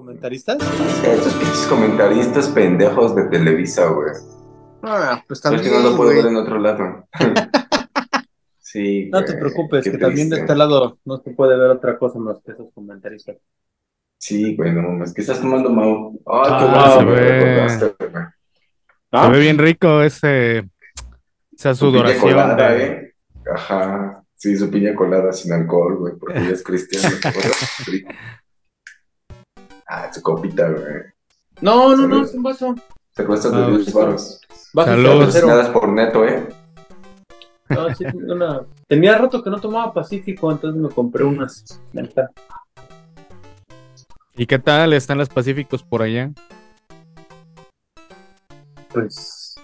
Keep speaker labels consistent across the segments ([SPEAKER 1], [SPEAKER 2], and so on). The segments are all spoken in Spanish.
[SPEAKER 1] comentaristas?
[SPEAKER 2] Esos pinches comentaristas pendejos de Televisa, güey.
[SPEAKER 1] Ah, pues
[SPEAKER 2] Pero es
[SPEAKER 1] también.
[SPEAKER 2] que no lo puedo
[SPEAKER 1] güey.
[SPEAKER 2] ver en otro lado. sí.
[SPEAKER 1] No te
[SPEAKER 2] güey,
[SPEAKER 1] preocupes,
[SPEAKER 2] qué
[SPEAKER 1] que también de
[SPEAKER 2] triste.
[SPEAKER 1] este lado no se puede ver otra cosa más que esos comentaristas.
[SPEAKER 2] Sí, güey, no mames. ¿Qué estás tomando, Mau?
[SPEAKER 3] Ah,
[SPEAKER 2] Ay, qué bueno,
[SPEAKER 3] se
[SPEAKER 2] güey,
[SPEAKER 3] ve.
[SPEAKER 2] recordaste, güey.
[SPEAKER 3] Se ve bien rico ese, esa
[SPEAKER 2] Su piña
[SPEAKER 3] sudoración.
[SPEAKER 2] colada,
[SPEAKER 3] de-
[SPEAKER 2] ¿eh? Ajá. Sí, su piña colada sin alcohol, güey, porque ella es cristiana. ¿te acuerdas? Rico. ah, su copita, güey.
[SPEAKER 1] No, no, no,
[SPEAKER 2] Salud.
[SPEAKER 1] es un vaso.
[SPEAKER 2] Te cuesta
[SPEAKER 3] Ah, Pues,
[SPEAKER 2] 10 baros.
[SPEAKER 1] Vaso
[SPEAKER 3] Salud.
[SPEAKER 1] cero, cero.
[SPEAKER 2] Patrocinadas por Neto, ¿eh?
[SPEAKER 1] No, sí, es una- Tenía rato que no tomaba Pacífico, entonces me compré unas. Ahí está.
[SPEAKER 3] ¿Y qué tal están los pacíficos por allá?
[SPEAKER 1] Pues.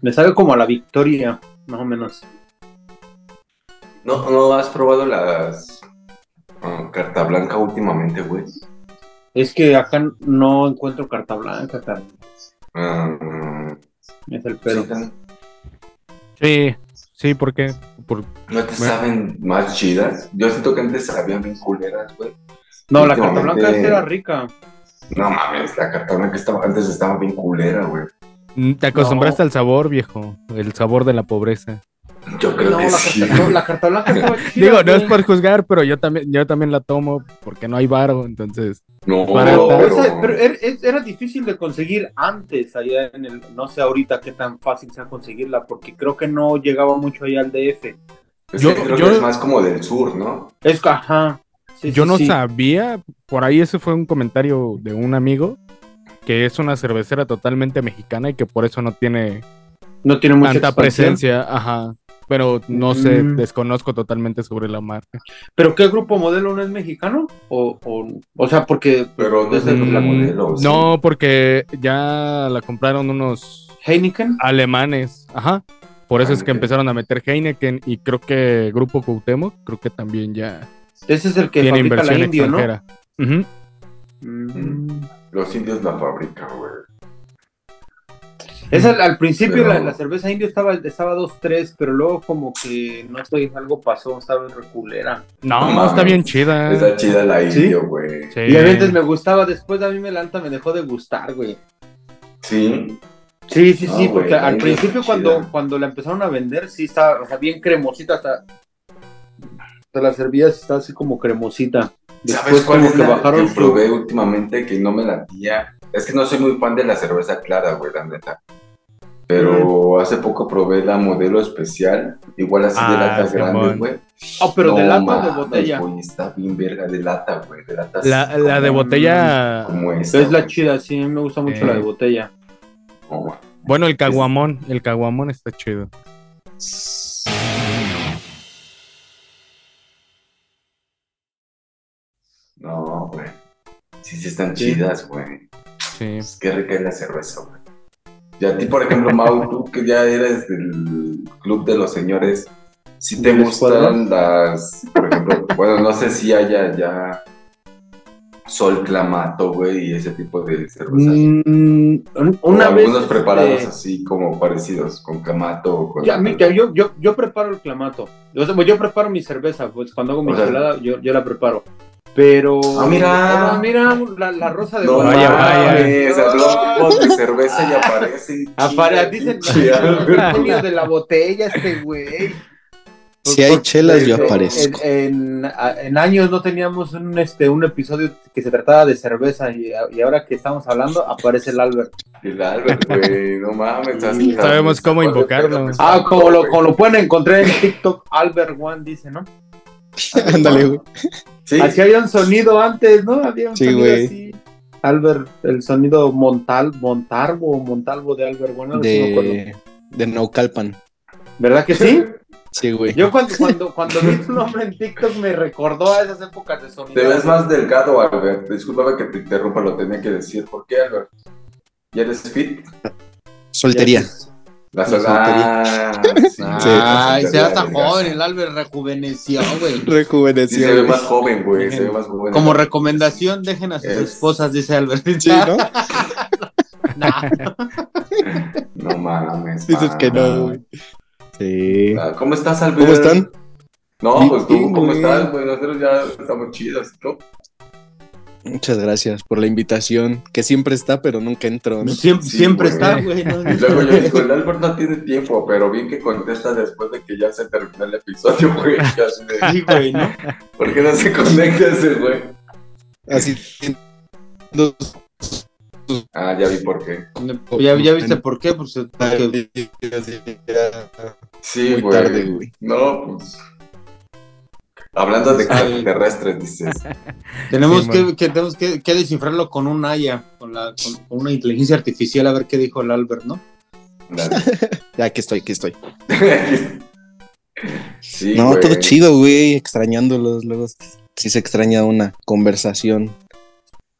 [SPEAKER 1] Me sabe como a la victoria, más o menos.
[SPEAKER 2] ¿No, ¿No has probado las ah, carta blanca últimamente, güey?
[SPEAKER 1] Es que acá no encuentro carta blanca, carnal.
[SPEAKER 2] Ah,
[SPEAKER 1] Es el pedo.
[SPEAKER 2] sí,
[SPEAKER 3] Sí, sí, ¿por qué? Por-
[SPEAKER 2] ¿No te
[SPEAKER 3] Bueno.
[SPEAKER 2] saben más chidas? Yo siento que antes sabían bien culeras, güey.
[SPEAKER 1] No, la carta blanca
[SPEAKER 2] Últimamente-
[SPEAKER 1] era rica.
[SPEAKER 2] No mames, la carta blanca estaba, antes estaba bien culera, güey.
[SPEAKER 3] Mm, Te acostumbraste al sabor, viejo, el sabor de la pobreza.
[SPEAKER 2] Yo creo
[SPEAKER 1] No,
[SPEAKER 2] que
[SPEAKER 1] la
[SPEAKER 2] sí.
[SPEAKER 1] carta, no, la carta blanca estaba chida.
[SPEAKER 3] Digo, no es
[SPEAKER 1] güey.
[SPEAKER 3] por juzgar, pero yo también, yo también la tomo porque no hay varo, entonces.
[SPEAKER 2] No,
[SPEAKER 3] Barata.
[SPEAKER 1] Pero,
[SPEAKER 2] pero...
[SPEAKER 1] esa- pero
[SPEAKER 3] eh,
[SPEAKER 1] er- es- era difícil de conseguir antes allá en el, no sé ahorita qué tan fácil sea conseguirla, porque creo que no llegaba mucho allá al DF.
[SPEAKER 2] Es
[SPEAKER 3] Yo-
[SPEAKER 2] que creo
[SPEAKER 3] yo-
[SPEAKER 2] que es más como del sur, ¿no?
[SPEAKER 1] Es que, ajá. sí,
[SPEAKER 3] Yo
[SPEAKER 1] sí,
[SPEAKER 3] no
[SPEAKER 1] sí.
[SPEAKER 3] sabía, por ahí ese fue un comentario de un amigo que es una cervecera totalmente mexicana y que por eso no tiene
[SPEAKER 1] No tiene mucha
[SPEAKER 3] tanta
[SPEAKER 1] expansión.
[SPEAKER 3] presencia, ajá. Pero no sé,
[SPEAKER 1] Mm.
[SPEAKER 3] desconozco totalmente sobre la marca.
[SPEAKER 1] ¿Pero qué grupo modelo no es mexicano? O, o, o sea, porque
[SPEAKER 2] Pero no Pues es de
[SPEAKER 1] desde
[SPEAKER 2] la
[SPEAKER 3] Mm,
[SPEAKER 2] modelo. sí.
[SPEAKER 3] no, porque ya la compraron unos
[SPEAKER 1] Heineken.
[SPEAKER 3] alemanes, ajá. Por eso es que
[SPEAKER 2] Heineken.
[SPEAKER 3] empezaron a meter Heineken y creo que Grupo Cuauhtémoc, creo que también ya
[SPEAKER 1] Ese es el que
[SPEAKER 3] tiene
[SPEAKER 1] fabrica la
[SPEAKER 3] inversión
[SPEAKER 1] Indio, ¿no?
[SPEAKER 3] extranjera. Ujú.
[SPEAKER 1] Mm.
[SPEAKER 2] Los indios la fabrican, güey.
[SPEAKER 1] Esa, al principio
[SPEAKER 2] Pero-
[SPEAKER 1] la, la cerveza indio estaba, estaba 2-3, pero luego como que no sé, algo pasó, estaba en reculera.
[SPEAKER 3] No,
[SPEAKER 2] No
[SPEAKER 3] no, está
[SPEAKER 2] mames.
[SPEAKER 3] bien chida.
[SPEAKER 2] Está chida la
[SPEAKER 1] ¿Sí?
[SPEAKER 2] indio, güey.
[SPEAKER 3] Ah. Sí.
[SPEAKER 1] Y a veces me gustaba, después de a mí me lanta, me dejó de gustar, güey.
[SPEAKER 2] Sí.
[SPEAKER 1] Sí, sí,
[SPEAKER 2] No,
[SPEAKER 1] sí,
[SPEAKER 2] güey,
[SPEAKER 1] porque
[SPEAKER 2] la
[SPEAKER 1] al
[SPEAKER 2] India
[SPEAKER 1] principio
[SPEAKER 2] está
[SPEAKER 1] cuando,
[SPEAKER 2] chida.
[SPEAKER 1] cuando la empezaron a vender, sí estaba, o sea, bien cremosita, hasta te la servías, está así como cremosita.
[SPEAKER 2] ¿Sabes
[SPEAKER 1] Después
[SPEAKER 2] cuál
[SPEAKER 1] como
[SPEAKER 2] es
[SPEAKER 1] que
[SPEAKER 2] la
[SPEAKER 1] bajaron
[SPEAKER 2] que
[SPEAKER 1] su-
[SPEAKER 2] probé últimamente que no me la tía? Es que no soy muy fan de la cerveza clara, güey, la neta. Pero hace poco probé la modelo especial, igual así de
[SPEAKER 3] Ah,
[SPEAKER 2] latas
[SPEAKER 3] Simón.
[SPEAKER 2] grandes, güey.
[SPEAKER 1] Ah, pero de
[SPEAKER 2] No
[SPEAKER 1] lata o de
[SPEAKER 2] mames,
[SPEAKER 1] botella.
[SPEAKER 2] güey, está bien verga de lata, güey, de lata.
[SPEAKER 3] La,
[SPEAKER 2] así
[SPEAKER 3] la de
[SPEAKER 2] como-
[SPEAKER 3] botella.
[SPEAKER 2] Como esta.
[SPEAKER 1] Es la
[SPEAKER 2] güey.
[SPEAKER 1] chida, sí, a mí me gusta mucho
[SPEAKER 3] Sí.
[SPEAKER 2] Eh.
[SPEAKER 1] la de botella.
[SPEAKER 2] No, mames.
[SPEAKER 3] Bueno, el caguamón. El caguamón está chido.
[SPEAKER 2] No, güey. Sí, sí están
[SPEAKER 1] Sí.
[SPEAKER 2] chidas, güey.
[SPEAKER 3] Sí.
[SPEAKER 2] Pues, Qué rica es la cerveza, güey. Y a ti, por ejemplo, Mau, tú que ya eres del club de los señores, si te
[SPEAKER 1] ¿Del
[SPEAKER 2] gustan
[SPEAKER 1] escuadrón?
[SPEAKER 2] las, por ejemplo, bueno, no sé si haya ya sol clamato, güey, y ese tipo de cervezas.
[SPEAKER 1] Mm,
[SPEAKER 2] O
[SPEAKER 1] una vez.
[SPEAKER 2] algunos preparados
[SPEAKER 1] este,
[SPEAKER 2] así como parecidos, con clamato o con...
[SPEAKER 1] Ya, a mí- ya, yo, yo, yo preparo el clamato. O sea, pues, yo preparo mi cerveza, pues cuando hago mi
[SPEAKER 2] O sea-
[SPEAKER 1] ensalada, yo, yo la preparo. Pero.
[SPEAKER 2] Ah, mira.
[SPEAKER 1] Ah, mira, la, la rosa de
[SPEAKER 2] No,
[SPEAKER 1] Guadalupe.
[SPEAKER 3] vaya,
[SPEAKER 2] mames,
[SPEAKER 1] Ay,
[SPEAKER 2] hablamos de cerveza y aparece.
[SPEAKER 1] Apare-
[SPEAKER 2] Chinga,
[SPEAKER 1] dicen
[SPEAKER 2] chinga.
[SPEAKER 1] el dueño de la botella, este güey.
[SPEAKER 4] Si hay chelas, yo
[SPEAKER 2] Porque-
[SPEAKER 4] aparezco.
[SPEAKER 1] eh, En, en- en años no teníamos un, este, un episodio que se trataba de cerveza y, y ahora que estamos hablando aparece el Albert.
[SPEAKER 2] El Albert, güey, no mames. hasta-
[SPEAKER 3] Sabemos cómo
[SPEAKER 2] hasta-
[SPEAKER 3] invocarlo.
[SPEAKER 1] Ah, como lo, como lo pueden encontrar en TikTok, Albert One dice, ¿no?
[SPEAKER 4] Ándale, güey.
[SPEAKER 2] Sí,
[SPEAKER 1] Así había un sonido antes, ¿no? Había un
[SPEAKER 4] Sí,
[SPEAKER 1] sonido
[SPEAKER 4] güey.
[SPEAKER 1] así. Albert, el sonido Montal, Montalvo, Montalvo de Albert One, algo así me acuerdo.
[SPEAKER 4] De, de Naucalpan.
[SPEAKER 1] ¿Verdad que sí?
[SPEAKER 4] Sí, güey.
[SPEAKER 1] Yo cuando, cuando, cuando vi su nombre en TikTok me recordó a esas épocas de sonido.
[SPEAKER 2] Te ves más delgado, Albert. Discúlpame que te interrumpa, lo tenía que decir. ¿Por qué, Albert? ¿Ya eres fit?
[SPEAKER 4] Soltería.
[SPEAKER 2] La
[SPEAKER 4] La
[SPEAKER 2] sola.
[SPEAKER 4] Sí.
[SPEAKER 5] Ay, se ve hasta
[SPEAKER 2] tan
[SPEAKER 5] joven, el Albert rejuveneció, güey.
[SPEAKER 2] Sí, se ve
[SPEAKER 4] Rejuvenecido.
[SPEAKER 2] más joven, güey. Se ve más joven.
[SPEAKER 5] Como recomendación, dejen a sus
[SPEAKER 2] Es-
[SPEAKER 5] esposas, dice Albert.
[SPEAKER 4] Sí, ¿no?
[SPEAKER 5] Nah,
[SPEAKER 2] No mames.
[SPEAKER 4] Dices que
[SPEAKER 2] man.
[SPEAKER 4] no, güey. Sí.
[SPEAKER 2] Ah, ¿Cómo estás, Albert?
[SPEAKER 4] ¿Cómo están?
[SPEAKER 2] No, pues tú,
[SPEAKER 4] Bien,
[SPEAKER 2] ¿cómo
[SPEAKER 4] güey.
[SPEAKER 2] estás, güey? Nosotros ya estamos chidos, ¿no?
[SPEAKER 4] Muchas gracias por la invitación, que siempre está, pero nunca entro. ¿no?
[SPEAKER 1] Siempre,
[SPEAKER 2] Sí,
[SPEAKER 1] siempre
[SPEAKER 2] güey.
[SPEAKER 1] está, güey. ¿no?
[SPEAKER 2] Y luego yo digo, el Albert no tiene tiempo, pero bien que contesta después de que ya se terminó el episodio, güey. Yo así de,
[SPEAKER 1] Sí, güey, ¿no?
[SPEAKER 2] ¿Por qué no se conecta ese, güey?
[SPEAKER 4] Así. dos-
[SPEAKER 2] Ah, ya vi por qué.
[SPEAKER 1] ¿Ya, ya viste por qué? Pues porque
[SPEAKER 2] Sí,
[SPEAKER 4] Muy
[SPEAKER 2] güey.
[SPEAKER 4] tarde, güey.
[SPEAKER 2] No, pues. Hablando de extraterrestres, dices.
[SPEAKER 1] tenemos
[SPEAKER 3] Sí,
[SPEAKER 1] que, que tenemos que, que descifrarlo con un haya, con, la, con- con una inteligencia artificial, a ver qué dijo el Albert, ¿no?
[SPEAKER 2] Dale.
[SPEAKER 4] Ya, aquí estoy, aquí estoy.
[SPEAKER 2] Sí,
[SPEAKER 4] no,
[SPEAKER 2] güey.
[SPEAKER 4] todo chido, güey. Extrañándolos. Luego sí se extraña una conversación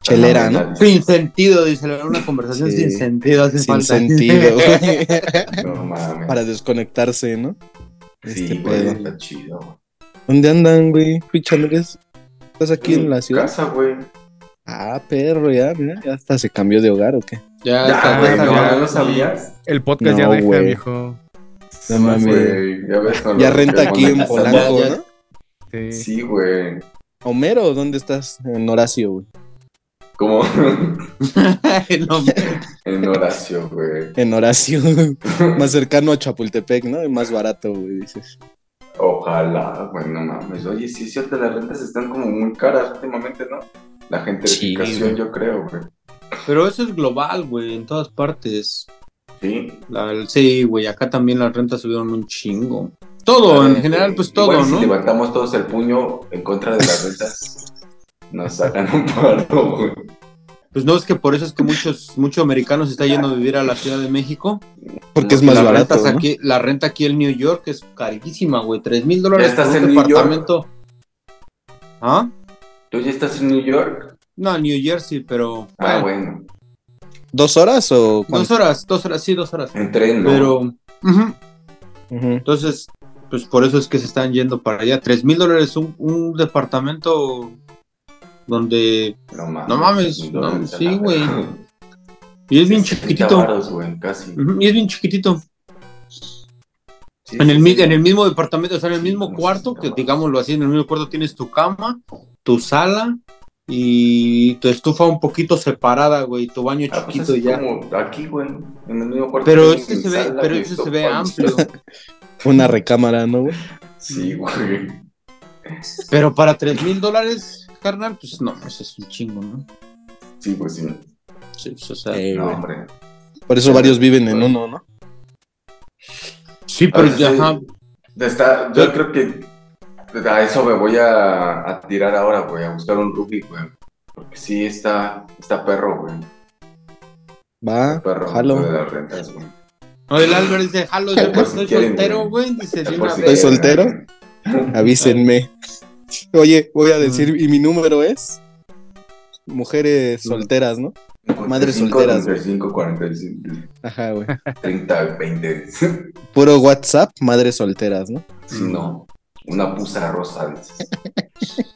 [SPEAKER 4] chelera, ¿no?
[SPEAKER 1] Sin sentido, dice, una conversación
[SPEAKER 4] Sí.
[SPEAKER 1] sin sentido hace
[SPEAKER 4] Sin
[SPEAKER 1] falta.
[SPEAKER 4] sentido, güey.
[SPEAKER 2] No mames.
[SPEAKER 4] Para desconectarse, ¿no?
[SPEAKER 2] sí,
[SPEAKER 4] este
[SPEAKER 2] güey,
[SPEAKER 4] pedo.
[SPEAKER 2] está chido. güey.
[SPEAKER 4] ¿Dónde andan, güey? Pinche Andrés. ¿Estás aquí en la ciudad?
[SPEAKER 2] Casa, güey.
[SPEAKER 4] Ah, perro, ya, mira, ya hasta se cambió de hogar o qué.
[SPEAKER 1] ya,
[SPEAKER 2] Ya,
[SPEAKER 1] Ah, está,
[SPEAKER 2] güey,
[SPEAKER 1] está
[SPEAKER 2] no,
[SPEAKER 1] bien.
[SPEAKER 2] ¿no lo sabías?
[SPEAKER 3] El podcast ya
[SPEAKER 4] No,
[SPEAKER 3] deja,
[SPEAKER 4] güey.
[SPEAKER 3] viejo.
[SPEAKER 4] No mames.
[SPEAKER 2] güey, ya ves con
[SPEAKER 4] Ya
[SPEAKER 2] los
[SPEAKER 4] renta
[SPEAKER 2] que
[SPEAKER 4] aquí en
[SPEAKER 2] monetizan.
[SPEAKER 4] Polanco,
[SPEAKER 1] ya-
[SPEAKER 4] ¿no?
[SPEAKER 3] Sí.
[SPEAKER 2] Sí, güey.
[SPEAKER 4] Homero, ¿dónde estás? En Horacio, güey.
[SPEAKER 2] Como
[SPEAKER 1] No,
[SPEAKER 2] en Horacio, güey.
[SPEAKER 4] En Horacio. más cercano a Chapultepec, ¿no? Y más barato, güey, dices.
[SPEAKER 2] Ojalá, güey, no mames. Oye, sí es cierto, las rentas están como muy caras últimamente, ¿no? La
[SPEAKER 4] Sí,
[SPEAKER 2] gentrificación,
[SPEAKER 4] güey.
[SPEAKER 2] yo creo, güey.
[SPEAKER 1] pero eso es global, güey, en todas partes.
[SPEAKER 2] Sí.
[SPEAKER 1] La- el- sí, güey, acá también las rentas subieron un chingo. Todo, en
[SPEAKER 2] Eh,
[SPEAKER 1] general, pues
[SPEAKER 2] igual
[SPEAKER 1] todo,
[SPEAKER 2] si
[SPEAKER 1] ¿no?
[SPEAKER 2] levantamos todos el puño en contra de las rentas, nos sacan un paro, güey.
[SPEAKER 1] Pues no es que por eso es que muchos, muchos americanos se está yendo a vivir a la Ciudad de México.
[SPEAKER 4] Porque es más
[SPEAKER 1] la
[SPEAKER 4] barato,
[SPEAKER 1] renta
[SPEAKER 4] ¿no?
[SPEAKER 1] aquí, la renta aquí en New York es carísima, güey. Tres mil dólares
[SPEAKER 2] ¿Ya estás
[SPEAKER 1] por un
[SPEAKER 2] en New York?
[SPEAKER 1] departamento. ¿Ah?
[SPEAKER 2] ¿Tú ya estás en New York?
[SPEAKER 1] No, New Jersey, pero.
[SPEAKER 2] Ah,
[SPEAKER 1] bueno,
[SPEAKER 2] bueno.
[SPEAKER 4] ¿Dos horas o
[SPEAKER 1] Dos
[SPEAKER 4] cuánto?
[SPEAKER 1] horas, dos horas, sí, dos horas.
[SPEAKER 2] En tren, Eh, ¿no?
[SPEAKER 1] Pero. ujú,
[SPEAKER 4] Ujú.
[SPEAKER 1] Entonces, pues por eso es que se están yendo para allá. Tres mil dólares un- un departamento donde
[SPEAKER 2] No mames.
[SPEAKER 1] No mames, no,
[SPEAKER 2] mames,
[SPEAKER 1] sí,
[SPEAKER 2] la
[SPEAKER 1] güey.
[SPEAKER 2] verga.
[SPEAKER 1] Y es bien
[SPEAKER 2] 60
[SPEAKER 1] chiquitito.
[SPEAKER 2] varos, güey, casi.
[SPEAKER 1] Ujú, Y es bien chiquitito.
[SPEAKER 2] Sí,
[SPEAKER 1] En el,
[SPEAKER 2] sí,
[SPEAKER 1] mi-
[SPEAKER 2] sí.
[SPEAKER 1] en el mismo departamento, o sea, en el mismo
[SPEAKER 2] Sí,
[SPEAKER 1] cuarto, que
[SPEAKER 2] sí,
[SPEAKER 1] digámoslo así, en el mismo cuarto tienes tu cama, tu sala y tu estufa un poquito separada, güey, tu baño
[SPEAKER 2] Ah, pues
[SPEAKER 1] chiquito
[SPEAKER 2] es
[SPEAKER 1] ya.
[SPEAKER 2] como aquí, güey, en el mismo cuarto.
[SPEAKER 1] Pero
[SPEAKER 2] Tienes
[SPEAKER 1] este
[SPEAKER 2] mi
[SPEAKER 1] se ve,
[SPEAKER 2] sala,
[SPEAKER 1] pero
[SPEAKER 2] mi
[SPEAKER 1] este se
[SPEAKER 2] sofá,
[SPEAKER 1] ve
[SPEAKER 2] mi
[SPEAKER 1] amplio.
[SPEAKER 4] Una recámara, ¿no, güey?
[SPEAKER 2] Sí, güey.
[SPEAKER 1] Pero para tres mil dólares, carnal, pues no, eso es un chingo, ¿no?
[SPEAKER 2] Sí, pues sí.
[SPEAKER 1] Sí, pues, o sea,
[SPEAKER 4] Eh,
[SPEAKER 2] No,
[SPEAKER 4] güey.
[SPEAKER 2] hombre.
[SPEAKER 4] Por eso varios viven en uno, ¿no?
[SPEAKER 1] sí,
[SPEAKER 2] A
[SPEAKER 1] pero
[SPEAKER 2] veces
[SPEAKER 1] ya, ajá,
[SPEAKER 2] Está, yo creo que a eso me voy a, a tirar ahora, güey, a buscar un Rubik, güey. Porque sí está, está perro, güey.
[SPEAKER 4] Va,
[SPEAKER 2] Perro lo de
[SPEAKER 4] jalo.
[SPEAKER 2] las rentas, güey.
[SPEAKER 1] no, el Álvaro dice, jalo, yo
[SPEAKER 2] Por
[SPEAKER 1] pues
[SPEAKER 2] si
[SPEAKER 1] soy
[SPEAKER 2] quieren,
[SPEAKER 1] soltero,
[SPEAKER 2] güey.
[SPEAKER 1] güey, dice, de
[SPEAKER 2] Por
[SPEAKER 1] una
[SPEAKER 2] si
[SPEAKER 1] vez.
[SPEAKER 4] ¿Estoy soltero?
[SPEAKER 2] quieren.
[SPEAKER 4] Avísenme. Oye, voy a decir, y mi número es mujeres solteras, ¿no?
[SPEAKER 2] ¿eh?
[SPEAKER 4] Madres
[SPEAKER 2] 55,
[SPEAKER 4] solteras, güey.
[SPEAKER 2] 35, 45,
[SPEAKER 4] Ajá, güey.
[SPEAKER 2] 30, 20. Si
[SPEAKER 4] Puro WhatsApp, madres solteras, ¿no?
[SPEAKER 2] no, una pusa rosa, dices.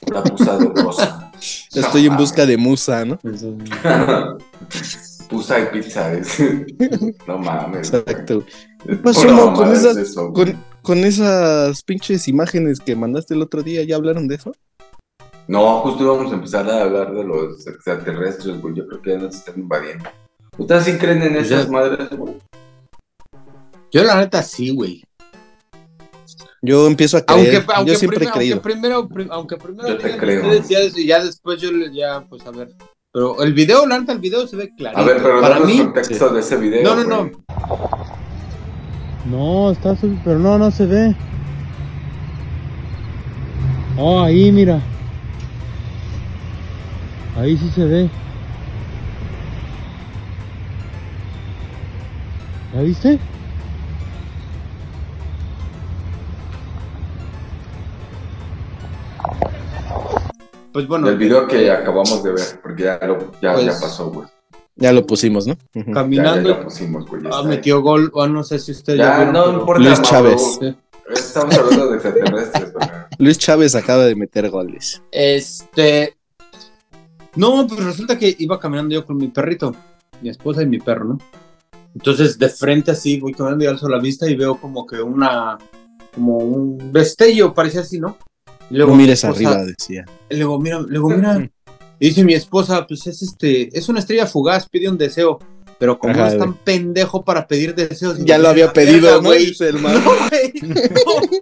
[SPEAKER 2] Una pusa de rosa.
[SPEAKER 4] Estoy en busca de musa, ¿no?
[SPEAKER 1] Pues,
[SPEAKER 2] Pusa y pizza, dices. No mames. güey.
[SPEAKER 4] Exacto.
[SPEAKER 2] Es
[SPEAKER 4] pasó,
[SPEAKER 2] pura
[SPEAKER 4] Mau,
[SPEAKER 2] mamada,
[SPEAKER 4] con esa-
[SPEAKER 2] es eso, güey.
[SPEAKER 4] Con, con esas pinches imágenes que mandaste el otro día, ¿ya hablaron de eso?
[SPEAKER 2] No, justo íbamos a empezar a hablar de los extraterrestres, güey. Yo creo que ya nos están invadiendo. ¿Ustedes sí creen en
[SPEAKER 1] Pues
[SPEAKER 2] esas
[SPEAKER 1] ya-
[SPEAKER 2] madres, güey?
[SPEAKER 1] Yo la neta sí, güey.
[SPEAKER 4] Yo empiezo a creer.
[SPEAKER 1] Aunque, aunque,
[SPEAKER 4] Eh, Yo siempre
[SPEAKER 1] primero,
[SPEAKER 4] he creído.
[SPEAKER 1] aunque primero, prim- aunque primero
[SPEAKER 2] Yo te
[SPEAKER 1] digan
[SPEAKER 2] creo.
[SPEAKER 1] ustedes, ya, des- ya después yo le- ya, pues a ver. Pero el video, la neta, el video se ve clarito.
[SPEAKER 2] A ver, pero
[SPEAKER 1] Para
[SPEAKER 2] danos
[SPEAKER 1] mí,
[SPEAKER 2] contexto de ese video.
[SPEAKER 1] No, no,
[SPEAKER 2] güey.
[SPEAKER 6] No, está sub- pero no, no se ve. Oh, ahí mira. Ahí sí se ve. ¿Ya viste?
[SPEAKER 1] pues bueno,
[SPEAKER 2] Del video que acabamos de ver, porque ya, lo, ya,
[SPEAKER 1] Pues-
[SPEAKER 2] ya pasó, güey.
[SPEAKER 4] Ya lo pusimos, ¿no? Ujú.
[SPEAKER 2] Ya, ya,
[SPEAKER 1] caminando,
[SPEAKER 2] ya pusimos, güey. ya
[SPEAKER 1] ah,
[SPEAKER 2] está.
[SPEAKER 1] metió gol, o no sé si ustedes
[SPEAKER 2] Ya,
[SPEAKER 1] vieron,
[SPEAKER 2] no
[SPEAKER 1] pero-
[SPEAKER 2] importa.
[SPEAKER 4] Luis
[SPEAKER 2] Mauro,
[SPEAKER 4] Chávez.
[SPEAKER 1] Sí.
[SPEAKER 2] Estamos hablando de extraterrestres, güey.
[SPEAKER 4] Luis Chávez acaba de meter goles.
[SPEAKER 1] Este. No, pues resulta que iba caminando yo con mi perrito, mi esposa y mi perro, ¿no? Entonces, de frente así, voy caminando y alzo la vista y veo como que una. como un destello, parece así, ¿no? Y
[SPEAKER 4] No
[SPEAKER 1] mi
[SPEAKER 4] mires
[SPEAKER 1] esposa-
[SPEAKER 4] arriba, decía.
[SPEAKER 1] Luego, mira, luego, mira. Y dice mi esposa, pues es este, es una estrella fugaz, pide un deseo. Pero como
[SPEAKER 4] Ajá,
[SPEAKER 1] es tan pendejo para pedir deseos.
[SPEAKER 4] Ya lo había
[SPEAKER 1] La
[SPEAKER 4] pedido,
[SPEAKER 1] verga,
[SPEAKER 4] ¿no?
[SPEAKER 1] güey.
[SPEAKER 4] Dice el
[SPEAKER 1] No,
[SPEAKER 4] man.
[SPEAKER 1] güey.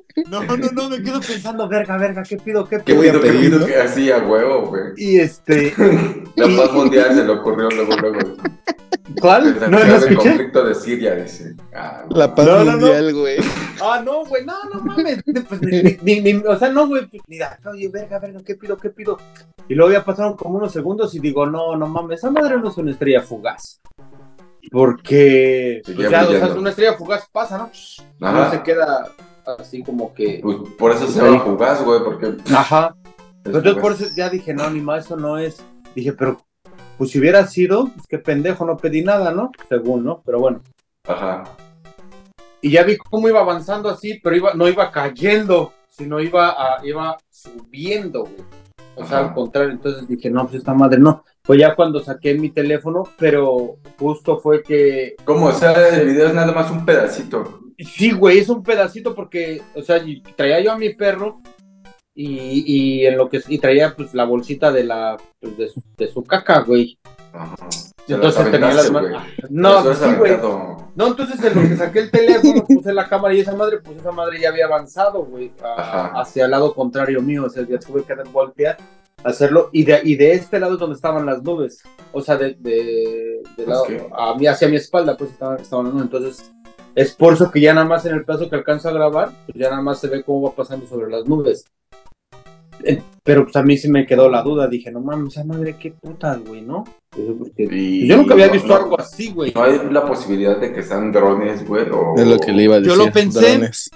[SPEAKER 1] No, no, no, no, me quedo pensando, verga, verga, ¿qué pido? ¿Qué
[SPEAKER 2] ¿Qué
[SPEAKER 1] pido?
[SPEAKER 4] voy a
[SPEAKER 2] pido, qué
[SPEAKER 4] pedir,
[SPEAKER 2] pido
[SPEAKER 4] no?
[SPEAKER 2] que así a huevo, güey?
[SPEAKER 1] Y este,
[SPEAKER 2] La paz mundial se le ocurrió luego, luego.
[SPEAKER 7] ¿Cuál?
[SPEAKER 2] Desde
[SPEAKER 7] No, no
[SPEAKER 2] el
[SPEAKER 7] escuché.
[SPEAKER 2] conflicto de Siria, dice. Ah,
[SPEAKER 4] La paz
[SPEAKER 7] No, no, no.
[SPEAKER 4] mundial, güey.
[SPEAKER 7] Ah, no, güey, no, no mames. Pues, ni- ni- ni- o sea, no, güey. Mira, oye, verga, verga, ¿qué pido? ¿Qué pido? Y luego ya pasaron como unos segundos y digo, no, no mames, esa madre no es una estrella fugaz. Porque, pues,
[SPEAKER 2] Seguía
[SPEAKER 7] o sea, o sea,
[SPEAKER 2] brillando.
[SPEAKER 7] una estrella fugaz pasa, ¿no?
[SPEAKER 2] Ajá.
[SPEAKER 7] No se queda así como que.
[SPEAKER 2] Pues por eso se llama fugaz, güey, porque.
[SPEAKER 7] Ajá.
[SPEAKER 2] es
[SPEAKER 7] Entonces por
[SPEAKER 2] fugaz.
[SPEAKER 7] eso ya dije, no, ni más, eso no es. Dije, pero pues si hubiera sido, pues qué pendejo, no pedí nada, ¿no? Según, ¿no? Pero bueno.
[SPEAKER 2] Ajá.
[SPEAKER 7] Y ya vi cómo iba avanzando así, pero iba, no iba cayendo, sino iba, a- iba subiendo, güey. O sea,
[SPEAKER 2] Ajá.
[SPEAKER 7] al contrario, entonces dije, no, pues esta madre no. Pues ya cuando saqué mi teléfono, pero justo fue que
[SPEAKER 2] ¿Cómo? O sea, el video es nada más un pedacito.
[SPEAKER 7] Sí, güey, es un pedacito porque, o sea, y traía yo a mi perro y, y en lo que y traía pues la bolsita de la pues, de, su, de su caca, güey.
[SPEAKER 2] Ajá. Te las
[SPEAKER 7] Entonces tenía las
[SPEAKER 2] aventaste,
[SPEAKER 7] manos.
[SPEAKER 2] güey.
[SPEAKER 7] Ah, No,
[SPEAKER 2] Te las
[SPEAKER 7] pues, sí,
[SPEAKER 2] has
[SPEAKER 7] güey.
[SPEAKER 2] aventado.
[SPEAKER 7] No, entonces en lo que saqué el teléfono, puse la cámara y esa madre, pues esa madre ya había avanzado, güey, a-
[SPEAKER 2] Ajá.
[SPEAKER 7] hacia el lado contrario mío, o sea, ya tuve que voltear, hacerlo, y de, y de este lado es donde estaban las nubes, o sea, de, de, del lado,
[SPEAKER 2] Ok.
[SPEAKER 7] a mí, hacia mi espalda, pues estaban, estaban las nubes, entonces es por eso que ya nada más en el plazo que alcanzo a grabar, pues ya nada más se ve cómo va pasando sobre las nubes. Eh, Pero pues a mí sí me quedó la duda, dije, no mames, esa madre, qué putas, güey, ¿no? Pues, porque-
[SPEAKER 2] Y-
[SPEAKER 7] Yo nunca había
[SPEAKER 2] no,
[SPEAKER 7] visto
[SPEAKER 2] no,
[SPEAKER 7] algo así, güey.
[SPEAKER 2] No hay la posibilidad de que sean drones, güey. O...
[SPEAKER 4] Es lo que le iba a
[SPEAKER 1] Yo
[SPEAKER 4] decir.
[SPEAKER 1] lo pensé.
[SPEAKER 4] drones.